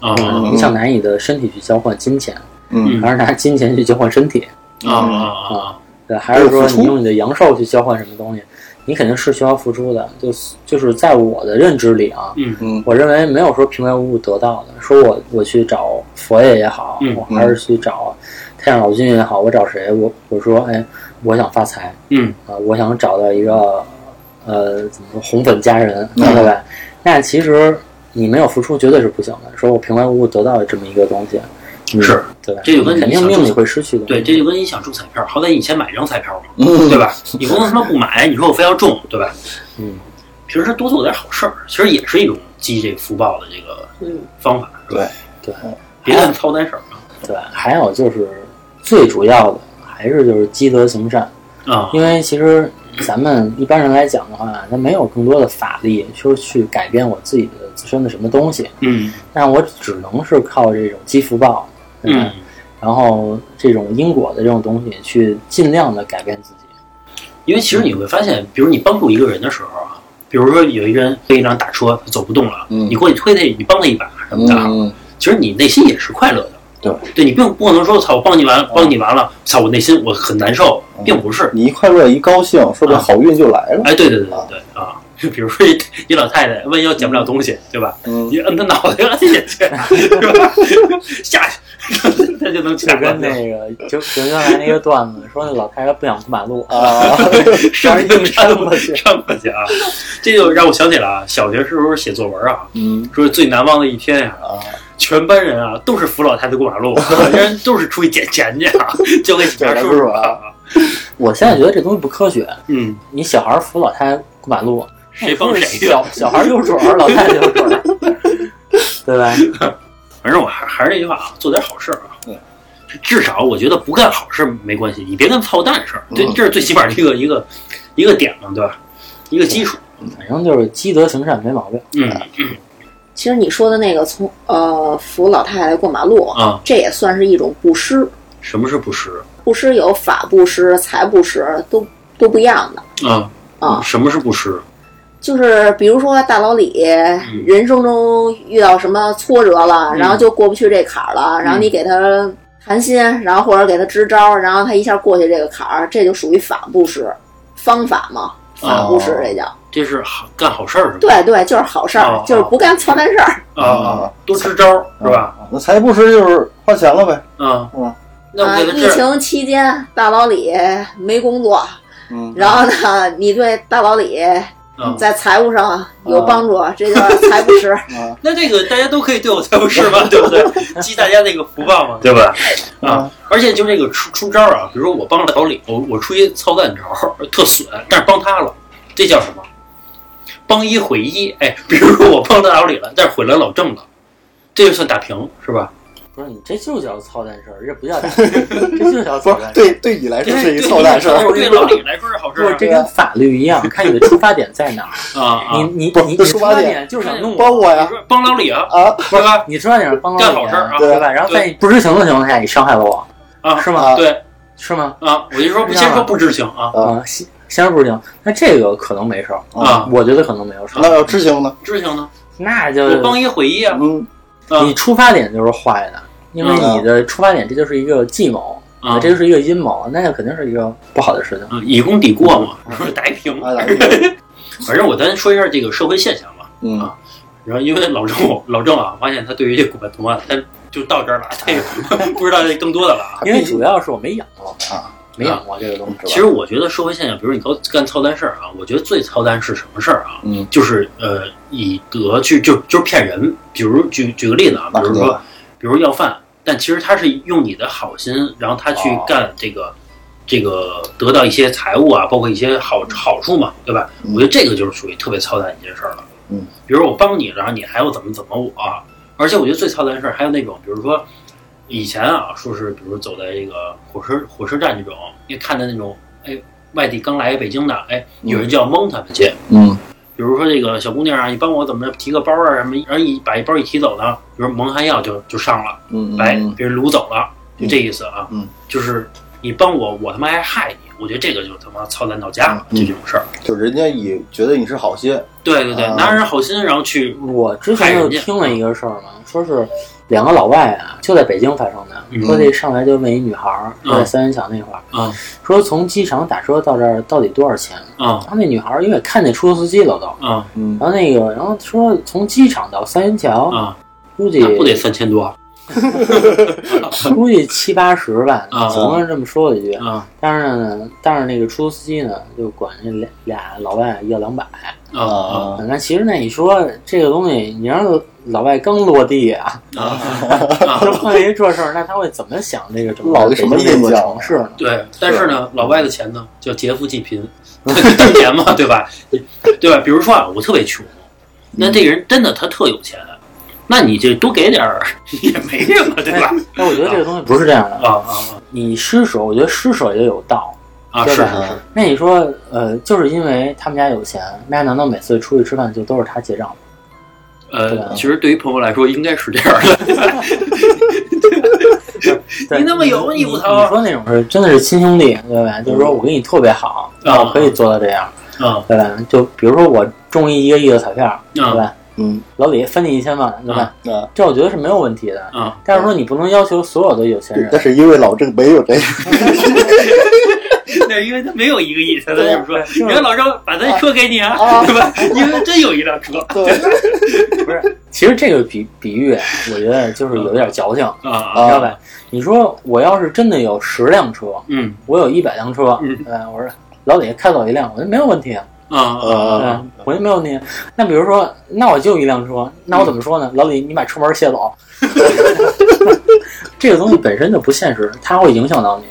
Speaker 1: 啊
Speaker 3: 嗯
Speaker 2: 嗯
Speaker 3: 你想拿你的身体去交换金钱，
Speaker 2: 嗯
Speaker 3: 还是拿金钱去交换身体？
Speaker 1: 啊啊啊！
Speaker 3: 对，还是说
Speaker 2: 付出
Speaker 3: 你用你的阳寿去交换什么东西？你肯定是需要付出的。就是就是在我的认知里啊，
Speaker 1: 嗯
Speaker 2: 嗯
Speaker 3: 我认为没有说平白无故得到的。说我我去找佛爷也好，
Speaker 1: 嗯
Speaker 3: 我还是去找太上老君也好，我找谁？我我说，哎，我想发财
Speaker 1: 嗯
Speaker 3: 啊、我想找到一个呃怎么说红粉佳人，
Speaker 2: 嗯
Speaker 3: 对吧？那其实你没有付出绝对是不行的。说我平白无故得到了这么一个东西，嗯
Speaker 1: 是
Speaker 3: 对吧？
Speaker 1: 这就跟你
Speaker 3: 肯定
Speaker 1: 想
Speaker 3: 命里
Speaker 1: 中
Speaker 3: 会失去的。
Speaker 1: 对，这就跟你想中彩票，好歹你先买张彩票嘛，
Speaker 2: 嗯
Speaker 1: 对吧？你不能他妈不买，你说我非要中，对吧？
Speaker 3: 嗯，
Speaker 1: 平时多做点好事儿，其实也是一种积这福报的这个
Speaker 4: 嗯，
Speaker 1: 方法，是吧？
Speaker 2: 对，
Speaker 3: 对。
Speaker 1: 别乱操单事儿
Speaker 3: 对，还有就是最主要的还是就是积德行善，
Speaker 1: 啊
Speaker 3: 因为其实咱们一般人来讲的话，他没有更多的法力说去改变我自己的自身的什么东西，
Speaker 1: 嗯
Speaker 3: 那我只能是靠这种积福报，对吧
Speaker 1: 嗯，
Speaker 3: 然后这种因果的这种东西去尽量的改变自己。
Speaker 1: 因为其实你会发现，比如你帮助一个人的时候啊，比如说有一人推一辆大车他走不动了，
Speaker 2: 嗯
Speaker 1: 你过去推他，你帮他一把什么的啊，
Speaker 2: 嗯
Speaker 1: 其实你内心也是快乐的。
Speaker 2: 对，嗯
Speaker 1: 对你并不能说操，我帮你完，帮你完了，操，我内心我很难受，并不是。
Speaker 2: 你一快乐一高兴，说不
Speaker 1: 啊
Speaker 2: 定好运就来了。
Speaker 1: 哎，对对对对对啊， 就比如说一一老太太弯腰捡不了东西，对吧？
Speaker 2: 嗯
Speaker 1: 哎你摁她脑袋摁下去， 是吧？ 下去，她就能起
Speaker 3: 就
Speaker 1: 来了
Speaker 3: 跟。那个 就就原来那个段子说，那老太太不想过马路，
Speaker 2: 啊，
Speaker 1: 上硬
Speaker 2: 上
Speaker 1: 上
Speaker 2: 不去
Speaker 1: 上不去啊！这就让我想起了啊，小学时候写作文啊，
Speaker 2: 嗯
Speaker 1: 说最难忘的一天呀、
Speaker 2: 啊，
Speaker 1: 全班人啊都是扶老太太过马 路，人人都是出去捡钱去啊，交给警察叔叔啊。
Speaker 3: 我现在觉得这东西不科学。
Speaker 1: 嗯，
Speaker 3: 你小孩扶老太太过马路，
Speaker 1: 谁
Speaker 2: 哎
Speaker 1: 帮谁呀
Speaker 3: 小？小孩有准儿，老太太有准儿，对吧？
Speaker 1: 反正我还还是那句话啊，做点好事儿啊
Speaker 2: 对。
Speaker 1: 至少我觉得不干好事没关系，你别跟操蛋事儿，这
Speaker 2: 嗯
Speaker 1: 这是最起码的一个一个一个点嘛，对吧？一个基础。
Speaker 3: 反正就是积德行善没毛病。
Speaker 1: 嗯
Speaker 4: 其实你说的那个从呃扶老太太过马路，
Speaker 1: 啊，
Speaker 4: 这也算是一种布施。
Speaker 1: 什么是布施
Speaker 4: 布施有法布施、财布施，都都不一样的
Speaker 1: 啊？
Speaker 4: 啊。
Speaker 1: 什么是布施？
Speaker 4: 就是比如说大老李，
Speaker 1: 嗯
Speaker 4: 人生中遇到什么挫折了，然后就过不去这坎儿
Speaker 1: 嗯
Speaker 4: 了，然后你给他谈心，然后或者给他支招，然后他一下过去这个坎儿，这就属于法布施，方法嘛，法布施
Speaker 2: 哦
Speaker 4: 这叫。
Speaker 1: 这是好干好事儿是吧？
Speaker 4: 对对，就是好事儿，
Speaker 1: 哦
Speaker 4: 就是不干操蛋事儿。
Speaker 1: 啊啊，多支招儿
Speaker 4: 嗯
Speaker 1: 是吧？
Speaker 2: 那财布施就是花钱了呗。
Speaker 1: 啊
Speaker 2: 嗯，
Speaker 1: 那
Speaker 4: 啊，
Speaker 1: 我给他
Speaker 4: 疫
Speaker 1: 治
Speaker 4: 情期间大老李没工作，
Speaker 2: 嗯，
Speaker 4: 然后呢，你对大老李
Speaker 1: 啊。
Speaker 4: 在财务上有帮
Speaker 1: 哦
Speaker 4: 助，这就是财布 施。
Speaker 2: 啊
Speaker 1: 那这个大家都可以对我财务是吧？对不 对？积大家那个福报嘛，对吧？
Speaker 4: 嗯
Speaker 1: 啊，而且就这个出出招儿啊，比如说我帮了老李，我我出一操蛋招 儿，特损，但是帮他了，这叫什么？帮一毁一。哎，比如说我帮到老李了，但是毁了老郑了，这就算打平是吧？
Speaker 3: 不是你这就叫操蛋事儿，这不叫打架，这就叫
Speaker 2: 不
Speaker 3: 操
Speaker 2: 是
Speaker 3: 蛋事儿。
Speaker 2: 对对你
Speaker 3: 哎
Speaker 2: 来说是一操蛋事儿，
Speaker 1: 对老李来说是好事
Speaker 3: 不是
Speaker 1: 儿
Speaker 3: 这跟法律一样，看你的出发点在哪儿。
Speaker 1: 啊
Speaker 3: 你
Speaker 1: 啊！
Speaker 3: 你
Speaker 2: 不是
Speaker 3: 你
Speaker 2: 这
Speaker 3: 你
Speaker 2: 出
Speaker 3: 出
Speaker 2: 发
Speaker 3: 发
Speaker 2: 点
Speaker 3: 点就是想弄
Speaker 2: 帮
Speaker 3: 我，
Speaker 2: 我
Speaker 1: 你
Speaker 2: 呀
Speaker 1: 说帮老李啊，
Speaker 2: 啊
Speaker 1: 是吧？
Speaker 3: 你出发点是帮
Speaker 1: 干
Speaker 3: 老
Speaker 1: 好
Speaker 3: 李
Speaker 1: 事儿啊
Speaker 3: 对吧？然后在你不知情的情况下，你伤害了我，
Speaker 1: 啊
Speaker 3: 是
Speaker 2: 啊
Speaker 3: 吗？
Speaker 1: 对
Speaker 3: 是吗？
Speaker 1: 啊，我就说不先说不知情啊
Speaker 2: 啊
Speaker 3: 啊，先先说不知情，那这个可能没事儿，
Speaker 1: 啊，
Speaker 3: 我觉得可能没有事
Speaker 2: 那
Speaker 3: 儿。
Speaker 2: 要知情呢？
Speaker 1: 知情呢？
Speaker 3: 那就
Speaker 1: 我帮一毁一啊
Speaker 2: 嗯
Speaker 1: 啊嗯
Speaker 3: 你出发点就是坏的，因为你的出发点这就是一个计谋，
Speaker 1: 啊！
Speaker 3: 哎这就是一个阴谋，那肯定是一个不好的事情。
Speaker 1: 嗯，以功抵过嘛，是不
Speaker 3: 嗯
Speaker 1: 是打一平。
Speaker 2: 啊，打个比方
Speaker 1: 反正我咱说一下这个社会现象吧。
Speaker 2: 嗯
Speaker 1: 然后因为老郑， 老郑啊，发现他对于这古本同案，他就到这儿了，他也不知道这更多的了啊。
Speaker 3: 因为主要是我没养过，
Speaker 2: 啊，
Speaker 3: 没养过这个东西。
Speaker 1: 其
Speaker 3: 是
Speaker 1: 实
Speaker 3: 吧
Speaker 1: 我觉得社会现象，比如你干干操蛋事儿啊，我觉得最操蛋是什么事儿啊？
Speaker 2: 嗯，
Speaker 1: 就是呃，以德去就就是骗人。比如举举个例子啊，
Speaker 2: 那
Speaker 1: 比如
Speaker 2: 肯定
Speaker 1: 说，比如要饭，但其实他是用你的好心，然后他去
Speaker 3: 哦
Speaker 1: 干这个、这个得到一些财物啊，包括一些好好处嘛，对吧？
Speaker 2: 嗯
Speaker 1: 我觉得这个就是属于特别操蛋一件事儿了。
Speaker 2: 嗯，
Speaker 1: 比如我帮你，然后你还要怎么怎么我、啊而且我觉得最操蛋的事儿还有那种，比如说以前啊，说是比如走在这个火车火车站这种，你看见那种哎外地刚来北京的，哎有人就要蒙他们去，
Speaker 2: 嗯
Speaker 1: 比如说这个小姑娘啊，你帮我怎么着提个包啊什么，然后一把一包一提走呢，比如蒙汗药就就上了，
Speaker 2: 嗯，
Speaker 1: 来
Speaker 2: 嗯
Speaker 1: 别人掳走了，就这意思啊，
Speaker 2: 嗯，
Speaker 1: 就是你帮我，我他妈还害你，我觉得这个就他妈操蛋到家了，
Speaker 2: 嗯
Speaker 1: 就这种事儿。
Speaker 2: 就人家也觉得你是好心，
Speaker 1: 对对对，
Speaker 2: 啊
Speaker 1: 拿人好心然后去，
Speaker 3: 我之前就听了一个事儿嘛，说是两个老外啊，就在北京发生
Speaker 1: 嗯
Speaker 3: 的，说这上来就问一女孩儿，说在三元桥那块儿，
Speaker 1: 嗯
Speaker 3: 说从机场打车到这儿到底多少钱？
Speaker 1: 啊
Speaker 3: 然后那女孩儿因为看见出租司机了都，
Speaker 1: 啊
Speaker 2: 嗯
Speaker 3: 然后那个然后说从机场到三元桥，
Speaker 2: 哦
Speaker 1: 啊，
Speaker 3: 估计
Speaker 1: 那不得三千多啊
Speaker 3: 估计七八十吧，
Speaker 1: 啊
Speaker 3: 总共是这么说了一句。
Speaker 1: 啊
Speaker 3: 但是呢，但是那个出租司机呢，就管那俩俩老外要两百。
Speaker 1: 啊
Speaker 2: 啊
Speaker 3: 那其实那你说这个东西，你让老外刚落地啊，
Speaker 1: 啊！
Speaker 3: 就碰见一这事儿，那他会怎么想这个整个
Speaker 2: 老个什么
Speaker 3: 北京这
Speaker 2: 印
Speaker 3: 个
Speaker 2: 象
Speaker 3: 城市呢？
Speaker 1: 对，但是
Speaker 3: 啊
Speaker 1: 呢，老外的钱呢叫劫富济 贫，他就挣钱嘛，对吧？对吧？比如说啊，我特别穷，那这个人真的他特有钱，那你就多给点儿 也没什么，对吧？
Speaker 3: 但我觉得这个东西不是这样的。
Speaker 1: 啊啊
Speaker 3: 你施舍，我觉得施舍也有道。
Speaker 1: 啊啊！
Speaker 3: 对
Speaker 1: 是
Speaker 3: 吧
Speaker 1: 是是，
Speaker 3: 那你说，呃，就是因为他们家有钱，那难道每次出去吃饭就都是他结账吗？
Speaker 1: 呃，其实对于朋友来说应该是这样的，
Speaker 3: 对
Speaker 1: 你那么有你
Speaker 3: 你
Speaker 1: 不
Speaker 3: 你
Speaker 1: 掏
Speaker 3: 你说那种是真的是亲兄弟，对吧？就是说我跟你特别好，
Speaker 1: 嗯
Speaker 3: 那我可以做到这样，
Speaker 1: 啊
Speaker 3: 对吧？就比如说我中一一个亿的彩票，对
Speaker 1: 啊
Speaker 3: 吧？
Speaker 2: 嗯
Speaker 3: 老李分你一千万，对吧？
Speaker 2: 啊，
Speaker 3: 这我觉得是没有问题的。
Speaker 1: 啊！
Speaker 3: 但是说你不能要求所有的有钱人
Speaker 2: 但，是因为老郑没有这个，
Speaker 1: 那是因为他没有一个亿，他才这么说。你看老张把咱车给你啊，对吧？因为真有一辆车
Speaker 2: 对
Speaker 3: 不是？其实这个比比喻，啊我觉得就是有点矫情，
Speaker 1: 啊啊
Speaker 3: 你知道
Speaker 2: 啊，
Speaker 3: 吧？你说我要是真的有十辆车，
Speaker 1: 嗯
Speaker 3: 我有一百辆车，
Speaker 1: 嗯
Speaker 3: 呃，我说老李开走一辆，我觉得没有问题啊，
Speaker 1: 啊啊
Speaker 3: 对
Speaker 2: 啊，
Speaker 3: 我觉得没有问题。那比如说，那我就一辆车，那我怎么说呢？老李，你把车门卸走。 这个东西本身就不现实，它会影响到你，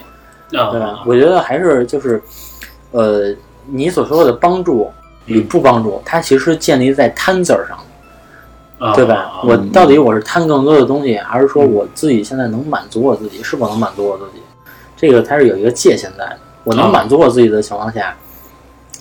Speaker 3: 对吧
Speaker 1: 啊！！
Speaker 3: 我觉得还是就是，呃，你所说的帮助与
Speaker 1: 嗯
Speaker 3: 不帮助，它其实建立在贪字儿上，
Speaker 1: 啊
Speaker 3: 对吧？我到底我是贪更多的东西，还是说
Speaker 1: 嗯
Speaker 3: 我自己现在能满足我自己？是否能满足我自己？这个它是有一个界限在的。我
Speaker 1: 啊
Speaker 3: 能满足我自己的情况下，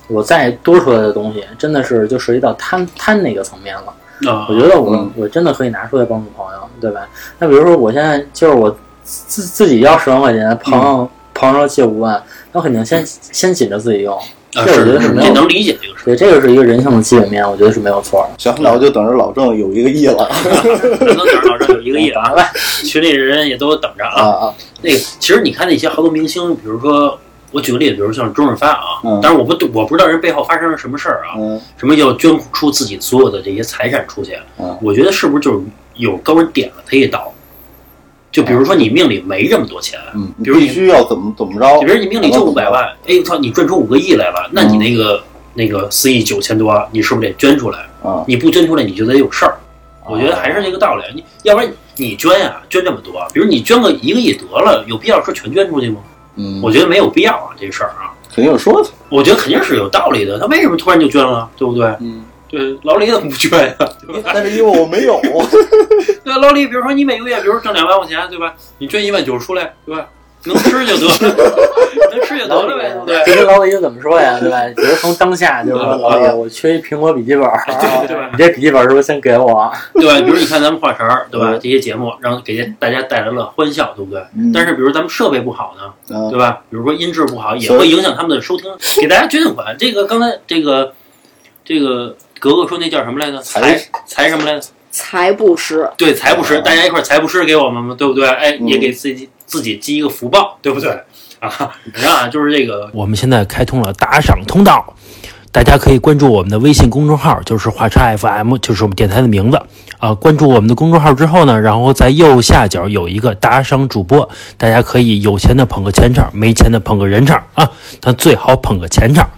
Speaker 3: 我再多出来的东西，真的是就涉及到贪贪那个层面了。
Speaker 1: 啊
Speaker 3: 我觉得我
Speaker 2: 嗯
Speaker 3: 我真的可以拿出来帮助朋友，对吧？那比如说我现在就是我自自己要十万块
Speaker 1: 嗯
Speaker 3: 钱，朋友朋友借五万，那肯定先先紧着自己用。
Speaker 1: 啊，
Speaker 3: 这我觉
Speaker 1: 是
Speaker 3: 得
Speaker 1: 是，
Speaker 3: 是没
Speaker 1: 这
Speaker 3: 有
Speaker 1: 能理解这个事
Speaker 3: 对，这个是一个人性的基本面，我觉得是没有错的。
Speaker 2: 行，那我就等着老郑有一个亿了
Speaker 1: 儿，能能想到这有一个亿
Speaker 2: 嗯
Speaker 1: 啊，群里人也都等着
Speaker 2: 啊
Speaker 1: 啊。
Speaker 2: 啊，
Speaker 1: 那个，其实你看那些好多明星，比如说我举个例子，比如像周润发啊，
Speaker 2: 嗯
Speaker 1: 但是我不我不知道人背后发生了什么事儿啊，
Speaker 2: 嗯
Speaker 1: 什么要捐出自己所有的这些财产出去，啊
Speaker 2: 嗯
Speaker 1: 我觉得是不是就是有高人点了他一刀？就比如说你命里没这么多钱，
Speaker 2: 嗯，你
Speaker 1: 比如你
Speaker 2: 必须要怎么怎么着，
Speaker 1: 比如你命里
Speaker 2: 哦
Speaker 1: 就五百万，哎我操，你赚出五个亿来了，那你
Speaker 2: 嗯
Speaker 1: 那个那个四亿九千多，你是不是得捐出来？
Speaker 2: 啊，
Speaker 1: 你不捐出来，你就得有事儿。我觉得还是这个道理，你要不然你捐呀、捐这么多，比如你捐个一个亿得了，有必要说全捐出去吗？
Speaker 2: 嗯，
Speaker 1: 我觉得没有必要啊，这事儿啊，
Speaker 2: 肯定有说头，
Speaker 1: 我觉得肯定是有道理的。他为什么突然就捐了，对不对？
Speaker 2: 嗯，
Speaker 1: 对，老李怎么不捐呀、对吧？
Speaker 2: 但是因为我没有，
Speaker 1: 对，老李，比如说你每个月，比如说挣两万块钱，对吧？你捐一万九出来，对吧？能吃就得了， 能吃就得了呗，对不对？
Speaker 3: 这跟老李怎么说呀，对吧？比如从当下就是说，老李，我缺一苹果笔记本儿，
Speaker 1: 啊
Speaker 3: 啊
Speaker 1: 对对吧
Speaker 3: 你这笔记本儿是不是先给我？啊
Speaker 1: 对吧？比如你看咱们话茬儿，对吧？这些节目让给大家带来了欢笑，对不对？
Speaker 2: 嗯
Speaker 1: 但是比如咱们设备不好呢，
Speaker 2: 嗯
Speaker 1: 对吧？比如说音质不好，也
Speaker 2: 所以
Speaker 1: 会影响他们的 收听，给大家捐款。这个刚才这个这个格格说那叫什么来着？财
Speaker 2: 财
Speaker 1: 财什么来着？
Speaker 4: 财布施，
Speaker 1: 对，财布施，
Speaker 2: 啊
Speaker 1: 大家一块儿财布施给我们嘛，对不对？哎，
Speaker 2: 嗯
Speaker 1: 也给自己自己积一个福报，对不对？啊，你看啊，就是这个，
Speaker 5: 我们现在开通了打赏通道，大家可以关注我们的微信公众号，就是华沙 FM，就是我们电台的名字啊，关注我们的公众号之后呢，然后在右下角有一个打赏主播，大家可以有钱的捧个钱场，没钱的捧个人场啊，但最好捧个钱场。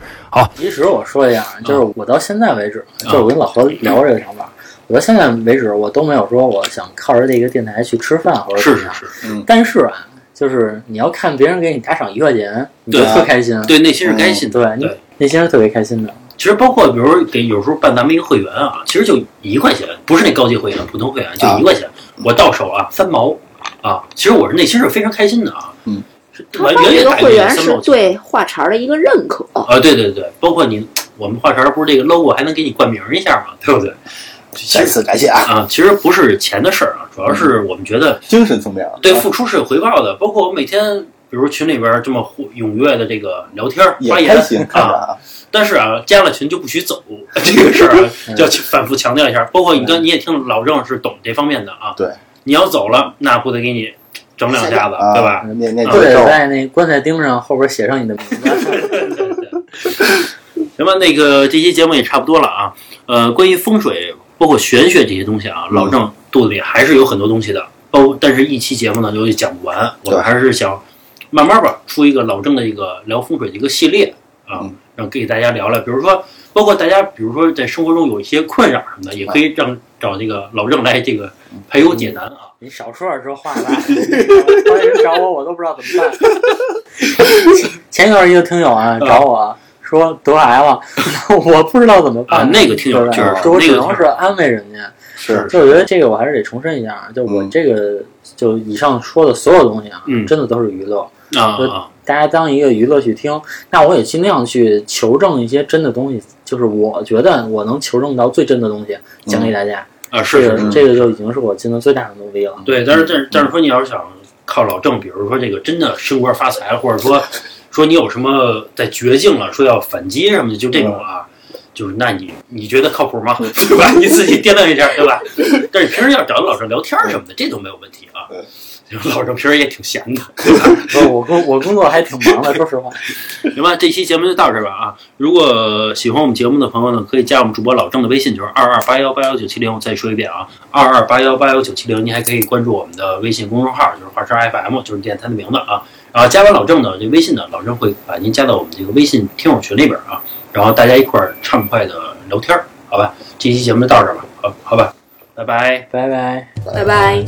Speaker 3: 其实我说一下，啊
Speaker 1: 啊
Speaker 3: 就是我到现在为止，啊就是我跟老何聊这个想法，我到现在为止我都没有说我想靠着这个电台去吃饭或者
Speaker 1: 是
Speaker 3: 怎么
Speaker 1: 是
Speaker 3: 样
Speaker 1: 是，
Speaker 3: 但是啊，就是你要看别人给你打赏一块钱，你就
Speaker 1: 对啊
Speaker 3: 特开心，
Speaker 1: 对内心是开
Speaker 2: 嗯
Speaker 1: 心的。
Speaker 3: 对，你
Speaker 1: 对
Speaker 3: 内心是特别开心的。
Speaker 1: 其实包括比如给有时候办咱们一个会员啊，其实就一块钱，不是那高级会员，普通会员就
Speaker 2: 啊
Speaker 1: 一块钱，我到手啊三毛啊，其实我是内心是非常开心的啊。
Speaker 2: 嗯
Speaker 1: 是，
Speaker 4: 他
Speaker 1: 远
Speaker 4: 发
Speaker 1: 远
Speaker 4: 这
Speaker 1: 远
Speaker 4: 个
Speaker 1: 大
Speaker 4: 会
Speaker 1: 于
Speaker 4: 员
Speaker 1: 三
Speaker 4: 是
Speaker 1: 毛钱
Speaker 4: 对话茬儿的一个认可，
Speaker 1: 啊，对对对，包括你我们画茬儿不是这个 logo 还能给你冠名一下嘛，对不对？
Speaker 2: 再 次感谢啊，
Speaker 1: 啊，其实不是钱的事儿啊，主要是
Speaker 2: 嗯
Speaker 1: 我们觉得
Speaker 2: 精神层面啊，
Speaker 1: 对付出是有回报的，包括我们每天。比如群里边这么活踊跃的这个聊天儿
Speaker 2: 也
Speaker 1: 发言
Speaker 2: 开心看着
Speaker 1: 啊，
Speaker 2: 啊，
Speaker 1: 但是啊，加了群就不许走， 这个事儿啊就要去反复强调一下。包括你跟你也听老郑是懂这方面的啊，
Speaker 2: 对，
Speaker 1: 你要走了，那不得给你整两下子，
Speaker 2: 啊，
Speaker 1: 对吧？
Speaker 2: 念念
Speaker 1: 啊
Speaker 3: 就
Speaker 2: 念
Speaker 3: 得
Speaker 2: 咒，
Speaker 3: 在那棺材钉上后边写上你的名字。
Speaker 1: 对对行吧， 那个这期节目也差不多了啊。呃，关于风水，包括玄学这些东西啊，
Speaker 2: 嗯
Speaker 1: 老郑肚子里还是有很多东西的。包，但是一期节目呢，由于讲不完，我
Speaker 2: 对
Speaker 1: 们还是想慢慢吧，出一个老郑的一个聊风水的一个系列啊
Speaker 2: 嗯，
Speaker 1: 让给大家聊聊。比如说，包括大家，比如说在生活中有一些困扰什么的，也可以让找这个老郑来这个
Speaker 2: 嗯
Speaker 1: 排忧解难啊。
Speaker 3: 你少说点这话吧，好几人找我，我都不知道怎么办。 前一段一个听友
Speaker 1: 嗯
Speaker 3: 啊找我说得癌了， 我不知道怎么
Speaker 1: 啊
Speaker 3: 办。
Speaker 1: 那个听友
Speaker 3: 对
Speaker 1: 就是
Speaker 3: 说我
Speaker 1: 那
Speaker 3: 只
Speaker 1: 个
Speaker 3: 能是安慰人家。
Speaker 2: 是
Speaker 3: 就我觉得这个我还是得重申一下，就我
Speaker 2: 嗯
Speaker 3: 这个就以上说的所有东西啊，
Speaker 1: 嗯
Speaker 3: 真的都是娱乐，
Speaker 1: 啊
Speaker 3: 对
Speaker 1: 啊，
Speaker 3: 大家当一个娱乐去听。那我也尽量去求证一些真的东西，就是我觉得我能求证到最真的东西，讲给大家。
Speaker 1: 啊是
Speaker 3: 这
Speaker 1: 是
Speaker 3: 个
Speaker 1: 是
Speaker 3: 这个就已经是我尽的最大的努力了。
Speaker 1: 对，但是但是但是说你要是想靠老郑，比如说这个真的升官发财，或者说说你有什么在绝境了，说要反击什么的，就这种啊，就是那你你觉得靠谱吗？ 对吧？你自己掂量一下，对吧？但是平时要找老郑聊天什么的，这都没有问题啊
Speaker 2: 嗯。
Speaker 1: 老郑平时也挺闲的，
Speaker 3: 不是我工我工作还挺忙的，说实话。
Speaker 1: 行吧？这期节目就到这儿吧啊！如果喜欢我们节目的朋友呢，可以加我们主播老郑的微信，就是二二八幺八幺九七零。我再说一遍啊，二二八幺八幺九七零。您还可以关注我们的微信公众号，就是华山 FM，就是电台的名字啊。然后加完老郑的这微信呢，老郑会把您加到我们这个微信听友群里边啊，然后大家一块儿畅快的聊天儿，好吧？这期节目就到这儿吧，好，好吧，拜拜。
Speaker 3: 拜拜。
Speaker 4: 拜拜。